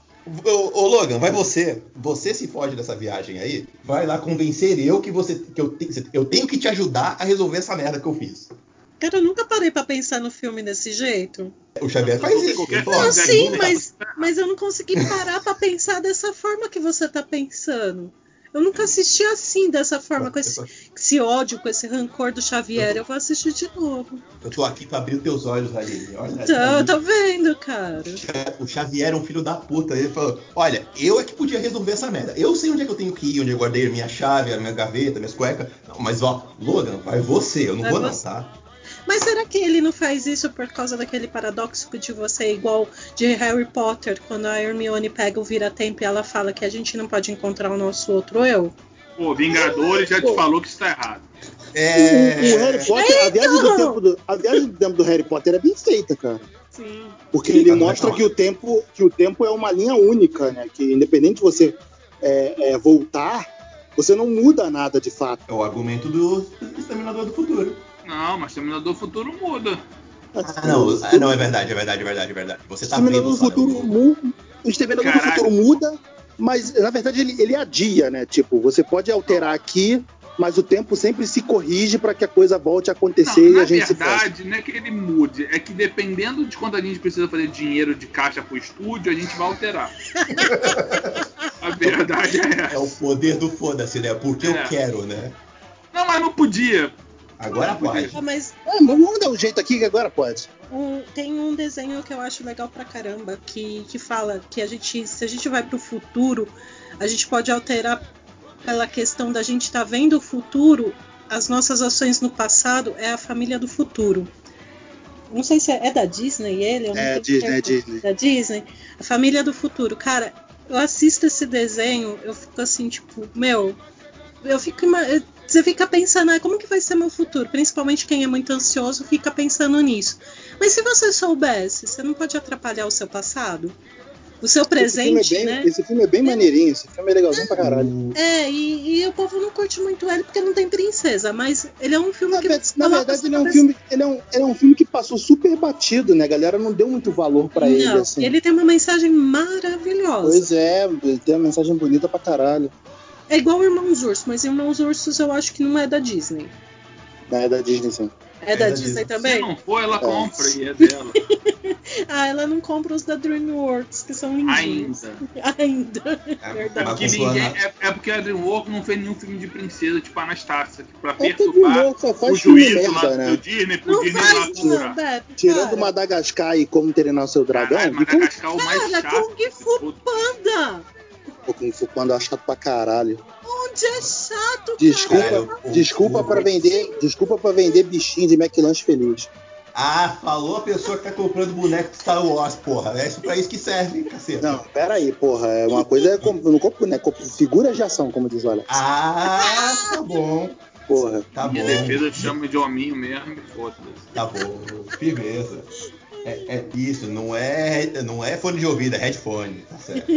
Speaker 2: Ô, ô, Logan, vai você. Você se foge dessa viagem aí. Vai lá convencer eu que você que eu, te- eu tenho que te ajudar a resolver essa merda que eu fiz.
Speaker 4: Cara, eu nunca parei pra pensar no filme desse jeito.
Speaker 2: O Xavier faz isso.
Speaker 3: Qualquer
Speaker 2: ele
Speaker 3: Pô,
Speaker 2: fala,
Speaker 4: não,
Speaker 3: coisa,
Speaker 2: "Segue
Speaker 4: sim,
Speaker 2: o
Speaker 4: mas, mas eu não consegui parar pra pensar dessa forma que você tá pensando. Eu nunca assisti assim, dessa forma, com esse, esse ódio, com esse rancor do Xavier. Eu vou assistir de novo.
Speaker 2: Eu tô aqui pra abrir os teus olhos, Aline. Olha,
Speaker 4: Então, tá vendo, cara?
Speaker 2: O Xavier é um filho da puta. Ele falou: Olha, eu é que podia resolver essa merda. Eu sei onde é que eu tenho que ir, onde eu guardei minha chave, a minha gaveta, minhas cuecas. Não, mas ó, Logan, vai você. Eu não
Speaker 4: Vai
Speaker 2: vou,
Speaker 4: você.
Speaker 2: não, tá?
Speaker 4: Mas será que ele não faz isso por causa daquele paradoxo de você é igual de Harry Potter, quando a Hermione pega o vira-tempo e ela fala que a gente não pode encontrar o nosso outro eu?
Speaker 3: Pô, Vingadores já te
Speaker 1: Pô.
Speaker 3: falou que isso tá errado.
Speaker 4: Uhum.
Speaker 2: É.
Speaker 1: O, o Harry Potter, a, viagem do
Speaker 4: então!
Speaker 1: tempo do, a viagem do tempo do Harry Potter é bem feita, cara.
Speaker 4: Sim.
Speaker 1: Porque ele
Speaker 2: Tá bom,
Speaker 1: mostra
Speaker 2: tá bom.
Speaker 1: que o, tempo, que o tempo é uma linha única, né? Que independente de você é, é, voltar, você não muda nada de fato.
Speaker 2: É o argumento do Exterminador do Futuro.
Speaker 3: Não, mas Terminador Futuro muda.
Speaker 2: Ah,
Speaker 1: Assim,
Speaker 2: não, ah, não, é verdade, é verdade, é verdade, é verdade. Você tá
Speaker 1: Exterminador do
Speaker 2: preso, só, né?
Speaker 1: Futuro muda. O Exterminador do
Speaker 3: Caralho.
Speaker 1: Futuro muda, mas na verdade ele, ele adia, né? Tipo, você pode alterar aqui, mas o tempo sempre se corrige para que a coisa volte a acontecer
Speaker 3: Não,
Speaker 1: e
Speaker 3: na
Speaker 1: a gente se
Speaker 3: verdade, não é que ele mude, é que dependendo de quando a gente precisa fazer dinheiro de caixa pro estúdio, a gente vai alterar. a verdade é essa.
Speaker 2: É o poder do foda-se, né? Porque
Speaker 3: É.
Speaker 2: eu quero, né?
Speaker 3: Não, mas não podia.
Speaker 2: Agora pode.
Speaker 4: Ah, mas
Speaker 1: Ah, mas vamos dar um jeito aqui que agora pode.
Speaker 4: um- tem um desenho que eu acho legal pra caramba, que, que fala que a gente, se a gente vai pro futuro, a gente pode alterar pela questão da gente estar vendo o futuro, as nossas ações no passado é a família do futuro. Não sei se é, é da Disney ele, eu não
Speaker 1: É,
Speaker 4: tenho
Speaker 1: Disney,
Speaker 4: certeza.
Speaker 1: é Disney.
Speaker 4: Da Disney, a família do futuro. Cara, eu assisto esse desenho, eu fico assim, tipo, meu, eu fico. ima- eu- Você fica pensando, ah, como que vai ser meu futuro? Principalmente quem é muito ansioso fica pensando nisso. Mas se você soubesse, você não pode atrapalhar o seu passado? O seu
Speaker 1: esse
Speaker 4: presente,
Speaker 1: filme é bem,
Speaker 4: né?
Speaker 1: esse filme é bem maneirinho, esse filme é legalzinho pra caralho.
Speaker 4: É, e, e o povo não curte muito ele porque não tem princesa, mas ele é um filme
Speaker 1: Na,
Speaker 4: que.
Speaker 1: ve- na
Speaker 4: coloca
Speaker 1: verdade,
Speaker 4: as
Speaker 1: ele é, um
Speaker 4: coisas-
Speaker 1: filme, ele, é um, ele é um filme que passou super batido, né? A galera não deu muito valor pra ele,
Speaker 4: Não,
Speaker 1: assim.
Speaker 4: ele tem uma mensagem maravilhosa.
Speaker 1: Pois é, tem uma mensagem bonita pra caralho.
Speaker 4: É igual Irmãos Ursos, mas Irmãos Ursos eu acho que não é da Disney.
Speaker 1: Né, da Disney, sim.
Speaker 4: É, da, Disney, também?
Speaker 3: Se não for, ela
Speaker 1: É.
Speaker 3: compra e é dela.
Speaker 4: Ah, ela não compra os da DreamWorks, que são lindinhos.
Speaker 3: Ainda.
Speaker 4: Ainda.
Speaker 3: Que
Speaker 2: É, bagunçou a
Speaker 3: ninguém,
Speaker 2: na-
Speaker 3: é, é porque a DreamWorks não fez nenhum filme de princesa, tipo Anastácia, que pra
Speaker 1: É que o
Speaker 3: perturbar
Speaker 1: só
Speaker 3: o
Speaker 1: faz filme
Speaker 3: juízo lá
Speaker 1: merda,
Speaker 3: do
Speaker 1: né?
Speaker 3: né? Disney, pro
Speaker 4: Não
Speaker 3: Disney lá
Speaker 4: faz, não,
Speaker 3: curar.
Speaker 4: Beto.
Speaker 1: Tirando
Speaker 4: para.
Speaker 1: Madagascar e Como Treinar o Seu Dragão, então um
Speaker 3: Caralho,
Speaker 1: e
Speaker 3: Madagascar
Speaker 1: como
Speaker 3: é o mais
Speaker 4: Cara,
Speaker 3: chato.
Speaker 4: Kung
Speaker 3: desse
Speaker 4: Fu
Speaker 3: todo.
Speaker 4: Panda!
Speaker 1: Pô, Kung Fu Panda é chato pra caralho.
Speaker 4: Onde é chato,
Speaker 1: Desculpa,
Speaker 4: cara?
Speaker 2: Cara, o-
Speaker 1: Desculpa
Speaker 2: o-
Speaker 1: pra vender, desculpa para vender bichinho de McLanche feliz.
Speaker 2: Ah, falou a pessoa que tá comprando boneco de Star Wars, porra. É isso pra isso que serve, caceta.
Speaker 1: Não, pera aí, porra, é uma coisa é comp- eu não compro, né? Compro figuras de ação, como diz o Alex.
Speaker 2: Ah, tá bom.
Speaker 1: Porra.
Speaker 2: Tá bom.
Speaker 3: Minha defesa chama de hominho mesmo e foda-se.
Speaker 2: Tá bom. Firmeza. É, é isso, não é, não é fone de ouvido, é headphone. Tá certo.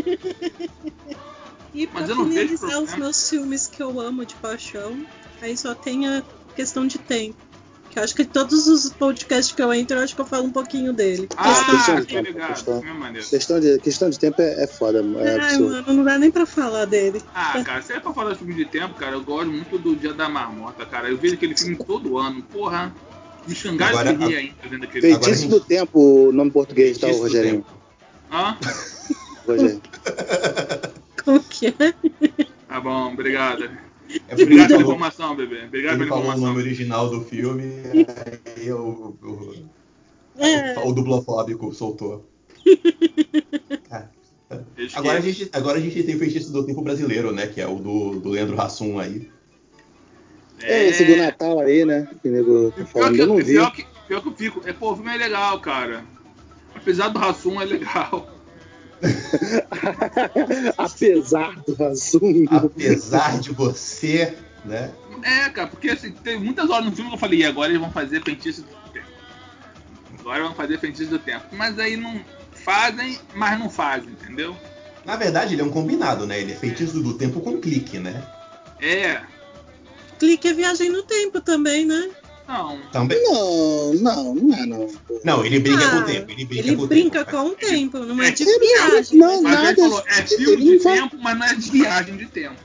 Speaker 4: E pra
Speaker 3: Mas eu não vejo
Speaker 4: finalizar
Speaker 3: problema.
Speaker 4: os meus filmes que eu amo de paixão, aí só tem a questão de tempo. Que eu acho que todos os podcasts que eu entro, eu acho que eu falo um pouquinho dele.
Speaker 1: Nossa,
Speaker 3: Ah,
Speaker 1: questão de
Speaker 3: tô
Speaker 1: tempo,
Speaker 3: ligado.
Speaker 1: questão.
Speaker 3: da mesma maneira.
Speaker 1: Questão de, questão de tempo é, é foda, é
Speaker 4: Ai,
Speaker 1: absurdo.
Speaker 4: mano, não dá nem pra falar dele.
Speaker 3: Ah, cara, se é pra falar de filme de tempo, cara, eu gosto muito do Dia da Marmota, cara. Eu vejo aquele filme todo ano, porra. Me xangaram
Speaker 2: Agora,
Speaker 3: de rir ainda vendo aquele filme.
Speaker 2: agora a
Speaker 1: Feitiço
Speaker 2: gente-
Speaker 1: do tempo, o nome português, tá,
Speaker 2: Feitiço do
Speaker 1: Rogerinho?
Speaker 2: tempo.
Speaker 3: Hã?
Speaker 1: Rogério.
Speaker 4: Como que é?
Speaker 3: Tá bom, obrigado.
Speaker 2: É porque ele
Speaker 3: Obrigado pela
Speaker 2: falou,
Speaker 3: informação, bebê. Obrigado
Speaker 2: ele
Speaker 3: pela
Speaker 2: falou o nome
Speaker 3: informação.
Speaker 2: original do filme, aí eu, eu-
Speaker 4: É.
Speaker 2: o dublofóbico soltou. Cara,
Speaker 3: Eu esqueci.
Speaker 2: Agora a, gente, agora a gente tem o feitiço do tempo brasileiro, né? Que é o do, do Leandro Hassum aí.
Speaker 1: É, esse do Natal aí, né? Que nego tá
Speaker 3: Pior
Speaker 1: falando,
Speaker 3: que, é
Speaker 1: eu não vi.
Speaker 3: pior, que, pior que eu fico. É, pô, o filme é legal, cara. Apesar do Rassum, é legal.
Speaker 1: Apesar do assunto.
Speaker 2: Apesar de você, né?
Speaker 3: É, cara, porque assim, tem muitas horas no filme que eu falei, e agora eles vão fazer feitiço do tempo. Agora vão fazer feitiço do tempo. Mas aí não fazem, mas não fazem, entendeu?
Speaker 2: Na verdade, ele é um combinado, né? Ele é feitiço do tempo com clique, né?
Speaker 3: É,
Speaker 4: Clique é viagem no tempo também, né?
Speaker 3: não.
Speaker 2: Também.
Speaker 1: Não, não, não é não.
Speaker 2: Não, ele brinca
Speaker 4: Ah,
Speaker 2: com o tempo. Ele brinca
Speaker 4: Ele
Speaker 2: com o
Speaker 4: brinca
Speaker 2: tempo.
Speaker 4: com o tempo, não é de
Speaker 1: Ele-
Speaker 4: viagem.
Speaker 1: não,
Speaker 3: Mas
Speaker 1: Nada
Speaker 3: ele falou, é
Speaker 1: de
Speaker 3: filme de
Speaker 1: brinca.
Speaker 3: tempo, mas não é de viagem de tempo.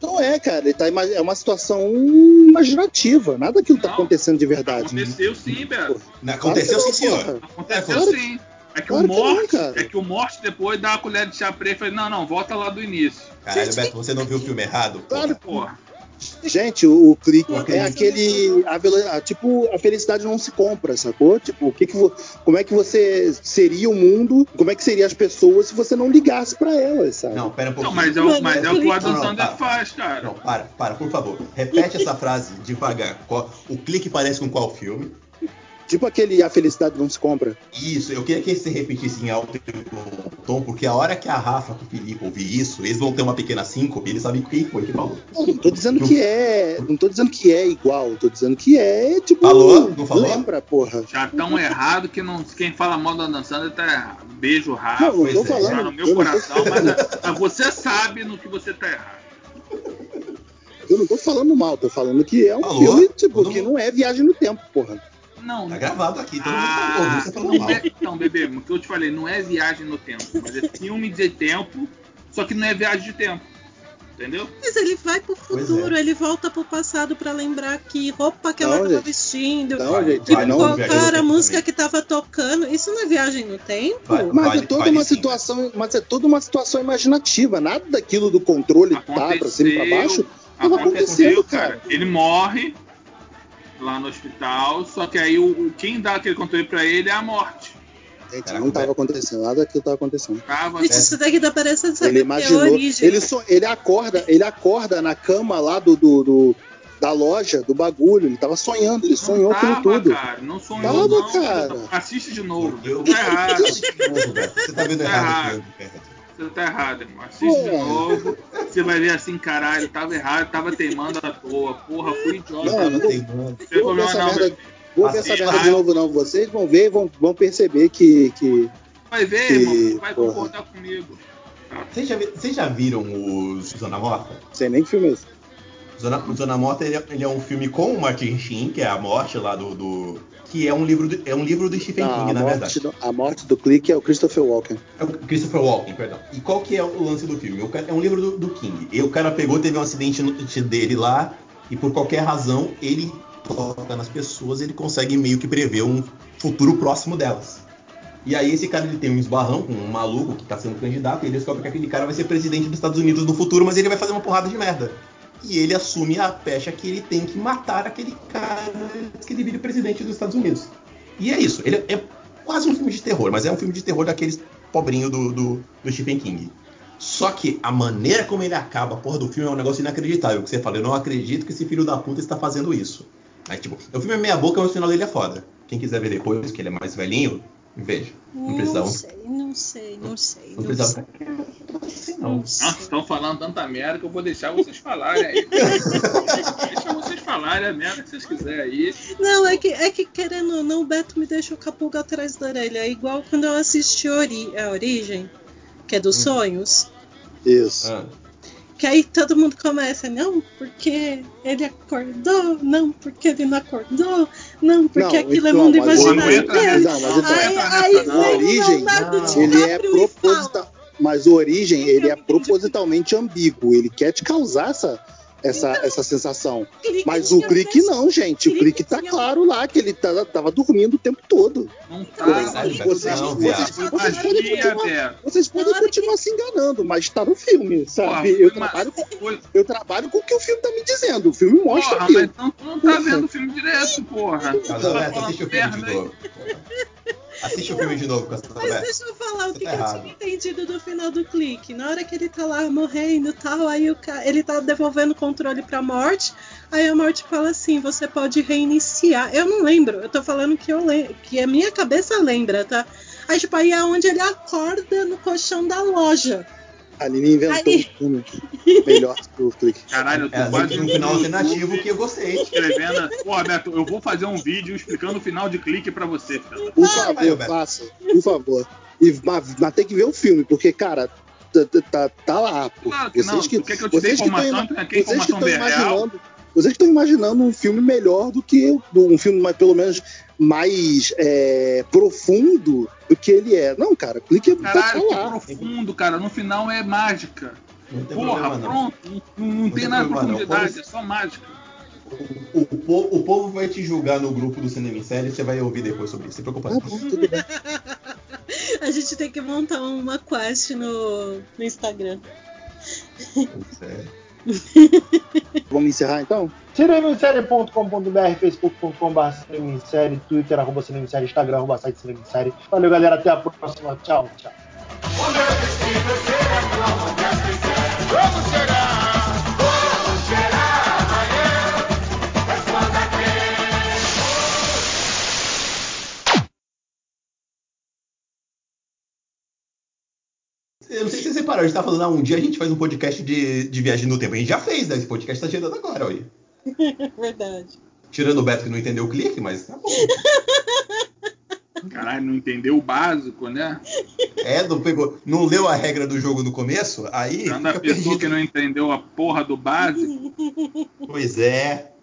Speaker 1: Não é, cara. Ele tá, ima- é uma situação imaginativa. Nada daquilo tá
Speaker 3: Não.
Speaker 1: acontecendo de verdade. Uhum. né?
Speaker 3: Aconteceu sim, Beto.
Speaker 2: Não, Aconteceu sim, senhor.
Speaker 3: Aconteceu
Speaker 1: Claro que-
Speaker 3: sim. É que,
Speaker 1: claro
Speaker 3: o
Speaker 1: que não,
Speaker 3: morte,
Speaker 1: cara.
Speaker 3: é que o morte depois dá a colher de chá preta e fala, não, não, volta lá do início.
Speaker 2: Caralho,
Speaker 1: Gente,
Speaker 2: Beto, você não viu o filme errado? Porra.
Speaker 1: Claro.
Speaker 3: Porra.
Speaker 1: Gente, o, o clique
Speaker 2: Não acredito.
Speaker 1: é aquele. A, velo- a- tipo, a felicidade não se compra, sacou? Tipo, o que que, vo- como é que você seria o mundo? Como é que seriam as pessoas se você não ligasse pra elas, sabe?
Speaker 2: Não, pera um
Speaker 3: Não,
Speaker 2: pouquinho.
Speaker 3: mas ah, é o, mas é o que o
Speaker 2: Não,
Speaker 3: Adam
Speaker 2: não, tá.
Speaker 3: Sandler
Speaker 2: para.
Speaker 3: faz, cara.
Speaker 2: Não, para, para, por favor. Repete essa frase devagar. Qual- O clique parece com qual filme?
Speaker 1: Tipo aquele a felicidade não se compra.
Speaker 2: Isso, eu queria que você repetisse em alto tom, porque a hora que a Rafa e o Felipe ouvir isso, eles vão ter uma pequena síncope, eles sabem quem foi que falou.
Speaker 1: Não, não tô dizendo que é. Não tô dizendo que é igual, tô dizendo que é, tipo.
Speaker 2: Falou? Não falou?
Speaker 1: Lembra, porra.
Speaker 3: Já tão errado que não, quem fala mal do Adam Sandler tá errado. Beijo, Rafa.
Speaker 1: Não, não tô
Speaker 2: pois é,
Speaker 1: falando.
Speaker 3: Tá no meu
Speaker 1: eu, não tô,
Speaker 3: coração, mas a- a você sabe no que você tá errado.
Speaker 1: eu não tô falando mal, tô falando que é um
Speaker 2: Falou?
Speaker 1: filme, tipo,
Speaker 2: Todo
Speaker 1: que
Speaker 2: mundo-
Speaker 1: não é viagem no tempo, porra.
Speaker 3: Não,
Speaker 2: Tá
Speaker 3: não.
Speaker 2: gravado aqui, todo mundo ouviu
Speaker 3: Ah,
Speaker 2: você tá falando
Speaker 3: não,
Speaker 2: mal.
Speaker 3: é, então, bebê, o que eu te falei, não é viagem no tempo, mas é filme de tempo, só que não é viagem de tempo. Entendeu?
Speaker 4: Mas ele vai pro
Speaker 1: é.
Speaker 2: Pois
Speaker 4: futuro, ele volta pro passado pra lembrar que roupa que ela
Speaker 1: Não, tá
Speaker 4: tava
Speaker 1: gente.
Speaker 4: vestindo,
Speaker 1: Não, gente,
Speaker 4: que
Speaker 1: vale, não.
Speaker 4: Tipo, qual
Speaker 2: viajei no
Speaker 4: era a
Speaker 2: tempo
Speaker 4: música
Speaker 2: também.
Speaker 4: que tava tocando. Isso não é viagem no tempo?
Speaker 2: Vale,
Speaker 1: Mas
Speaker 2: vale,
Speaker 1: é toda
Speaker 2: vale
Speaker 1: uma
Speaker 2: sim.
Speaker 1: situação, mas é toda uma situação imaginativa. Nada daquilo do controle tá pra cima e pra baixo. Tava acontecendo, cara.
Speaker 3: Ele morre lá no hospital, só que aí o, o- quem dá aquele controle pra ele é a morte.
Speaker 1: Gente,
Speaker 2: Caraca,
Speaker 1: não tava
Speaker 2: velho.
Speaker 1: acontecendo, nada daquilo tava acontecendo.
Speaker 3: Tava
Speaker 4: Gente, isso daqui tá parecendo saber
Speaker 1: Ele
Speaker 4: a
Speaker 1: imaginou.
Speaker 4: origem.
Speaker 1: Ele, só, ele acorda, ele acorda na cama lá do, do- do- da loja, do bagulho. Ele tava sonhando, ele sonhou
Speaker 3: não tava,
Speaker 1: com tudo.
Speaker 3: Ah, Cara, não sonhou,
Speaker 1: Tava,
Speaker 3: não. tá
Speaker 1: cara.
Speaker 3: Assiste de novo.
Speaker 2: Meu
Speaker 3: Tá errado.
Speaker 2: Deus. Você tá vendo errado o filme, Beto.
Speaker 3: Você tá errado, irmão. Assiste de
Speaker 1: Pô.
Speaker 3: novo. Você vai ver assim, caralho, tava errado, tava teimando à toa. Porra, fui idiota.
Speaker 1: Não,
Speaker 2: Tava
Speaker 1: não.
Speaker 2: teimando.
Speaker 3: Você
Speaker 1: Vou ver
Speaker 3: comeu
Speaker 1: essa
Speaker 3: anel,
Speaker 1: merda.
Speaker 3: mas-
Speaker 1: Vou ver essa
Speaker 3: Assista.
Speaker 1: merda de novo, não. Vocês vão ver e vão, vão perceber que. que...
Speaker 3: Vai ver,
Speaker 1: Ih,
Speaker 3: irmão. tu Vai
Speaker 1: porra.
Speaker 3: concordar comigo.
Speaker 2: Vocês já, vi- vocês já viram o Zona Morta?
Speaker 1: Sei nem que filme é esse.
Speaker 2: Zona, Zona Morta ele é, ele é um filme com o Martin Sheen, que é a morte lá do. do- que é um livro do, é um livro do Stephen
Speaker 1: Ah,
Speaker 2: King,
Speaker 1: a,
Speaker 2: na
Speaker 1: morte
Speaker 2: verdade.
Speaker 1: do, a morte do clique é o Christopher Walken.
Speaker 2: É o Christopher Walken, perdão. E qual que é o lance do filme? O cara- é um livro do, do King. E o cara pegou, teve um acidente no- dele lá, e por qualquer razão, ele toca nas pessoas, ele consegue meio que prever um futuro próximo delas. E aí esse cara ele tem um esbarrão com um maluco que tá sendo candidato, e ele descobre que aquele cara vai ser presidente dos Estados Unidos no futuro, mas ele vai fazer uma porrada de merda. E ele assume a pecha que ele tem que matar aquele cara que ele vira presidente dos Estados Unidos. E é isso. Ele é quase um filme de terror, mas é um filme de terror daqueles pobrinho do, do, do Stephen King. Só que a maneira como ele acaba a porra do filme é um negócio inacreditável. Que você fala, eu não acredito que esse filho da puta está fazendo isso. Aí, tipo, o filme é meia boca, mas o final dele é foda. Quem quiser ver depois, que ele é mais velhinho, veja. Não
Speaker 4: Não
Speaker 2: precisava.
Speaker 4: sei, não sei, não sei.
Speaker 2: Não
Speaker 4: Não
Speaker 2: precisava.
Speaker 4: sei.
Speaker 2: Assim não.
Speaker 4: Não
Speaker 3: Nossa,
Speaker 4: sei.
Speaker 3: estão falando tanta merda que eu vou deixar vocês falarem aí. Deixa vocês falarem a merda que vocês quiserem aí.
Speaker 4: Não, é que, é que querendo ou não, o Beto me deixou com a pulga atrás da orelha. É igual quando eu assisti Ori- a Origem, que é dos
Speaker 2: Hum.
Speaker 4: sonhos.
Speaker 1: Isso.
Speaker 2: Ah,
Speaker 4: Que aí todo mundo começa, não, porque ele acordou, não, porque ele não acordou, não, porque
Speaker 1: Não,
Speaker 4: aquilo é
Speaker 1: então,
Speaker 4: mundo
Speaker 1: mas-
Speaker 4: imaginário
Speaker 3: Não, mas-
Speaker 4: dele.
Speaker 1: Não, mas então-
Speaker 4: aí
Speaker 3: Não, é
Speaker 4: aí
Speaker 3: não,
Speaker 4: vem o
Speaker 1: origem,
Speaker 4: Leonardo
Speaker 2: não.
Speaker 4: DiCaprio
Speaker 1: Ele é
Speaker 4: e fala,
Speaker 1: proposital. Mas o Origem,
Speaker 4: Quem que
Speaker 1: ele
Speaker 4: é
Speaker 1: é
Speaker 4: o Miguel de Felipe?
Speaker 1: propositalmente ambíguo. Ele quer te causar essa, essa, essa sensação.
Speaker 4: Crick
Speaker 1: Mas
Speaker 4: tinha
Speaker 1: o Crick
Speaker 4: mais-
Speaker 1: não, gente. O Crick tá
Speaker 4: tinha-
Speaker 1: claro lá que ele tá- tava dormindo o tempo todo.
Speaker 3: Não tá.
Speaker 4: Ah,
Speaker 1: Vocês,
Speaker 2: Verdade,
Speaker 1: vocês-
Speaker 2: não,
Speaker 1: vocês-
Speaker 2: viado.
Speaker 1: vocês podem
Speaker 3: Fantasia,
Speaker 1: continuar,
Speaker 3: Beto.
Speaker 1: vocês podem
Speaker 4: Na hora
Speaker 1: continuar se enganando, mas tá no filme,
Speaker 3: Porra,
Speaker 1: sabe? Eu
Speaker 3: foi uma-
Speaker 1: trabalho, com-
Speaker 3: foi-
Speaker 1: eu trabalho com o que o filme tá me dizendo. O filme mostra
Speaker 3: Porra, mas
Speaker 1: aquilo.
Speaker 3: então tu não tá vendo o filme direto, porra. Tu tá
Speaker 2: Casalberto,
Speaker 3: falando
Speaker 2: Então, é, assiste o filme de
Speaker 3: merda aí.
Speaker 2: novo. Assiste o filme de novo,
Speaker 4: Mas
Speaker 3: é
Speaker 2: Casalberto.
Speaker 4: deixa eu falar o que,
Speaker 2: Tá
Speaker 4: que eu
Speaker 2: errado.
Speaker 4: tinha entendido do final do clique. Na hora que ele tá lá morrendo e tal, aí o ca... ele tá devolvendo o controle pra morte. Aí a morte fala assim: você pode reiniciar. Eu não lembro, eu tô falando que eu lembro, que a minha cabeça lembra, tá? Aí, tipo, aí é onde ele acorda no colchão da loja.
Speaker 1: A Aline inventou
Speaker 4: Ali.
Speaker 1: um filme melhor que o Click.
Speaker 3: Caralho, eu tô
Speaker 2: É,
Speaker 3: quase
Speaker 2: tem um final
Speaker 3: YouTube
Speaker 2: alternativo que eu gostei.
Speaker 3: Escrevendo. Pô, Beto, eu vou fazer um vídeo explicando o final de clique pra você, cara.
Speaker 1: Por
Speaker 2: Vai,
Speaker 1: favor,
Speaker 2: vai, Roberto.
Speaker 1: faça. Por favor. E, mas, mas tem que ver o filme, porque, cara, tá, tá- tá, tá lá. Pô.
Speaker 3: Claro que Ah, não. Tu quer que eu te dê
Speaker 1: vocês que tão
Speaker 3: informação?
Speaker 1: ima-
Speaker 3: Tu quer que a
Speaker 1: vocês que
Speaker 3: informação
Speaker 1: estão
Speaker 3: dê real?
Speaker 1: imaginando, vocês que estão imaginando um filme melhor do que um filme mais, pelo menos mais é, profundo do que ele é. Não, cara, clique tá, tá
Speaker 3: Caralho, que
Speaker 1: lá.
Speaker 3: profundo, cara. No final é mágica.
Speaker 2: Não tem
Speaker 3: Porra,
Speaker 2: problema, não.
Speaker 3: pronto. Não, não tem
Speaker 2: tem
Speaker 3: nada de
Speaker 2: problema, não.
Speaker 3: profundidade,
Speaker 2: Pode-
Speaker 3: é só mágica.
Speaker 2: O, o po- o povo vai te julgar no grupo do Cinema em Série, você vai ouvir depois sobre isso. Se preocupa.
Speaker 1: Tá
Speaker 2: não.
Speaker 1: bom, tudo bem.
Speaker 4: A gente tem que montar uma quest no, no Instagram.
Speaker 2: Sério.
Speaker 1: Vamos encerrar então?
Speaker 5: cinemissérie.com.br, facebook.com.br, cinemissérie, twitter, arroba cinemissérie, instagram, arroba site cinemissérie. Valeu, galera, até a próxima. Tchau, tchau.
Speaker 2: Eu não sei se vocês separaram, a gente tá falando, ah, um dia a gente faz um podcast de, de viagem no tempo. A gente já fez, né? Esse podcast tá gerando agora, olha.
Speaker 4: É verdade.
Speaker 2: Tirando o Beto que não entendeu o clique, mas tá bom.
Speaker 3: Caralho, não entendeu o básico, né?
Speaker 2: É, não, pegou, não leu a regra do jogo no começo, aí
Speaker 3: Cada
Speaker 2: fica
Speaker 3: pessoa
Speaker 2: perdido.
Speaker 3: que não entendeu a porra do básico.
Speaker 2: Pois é.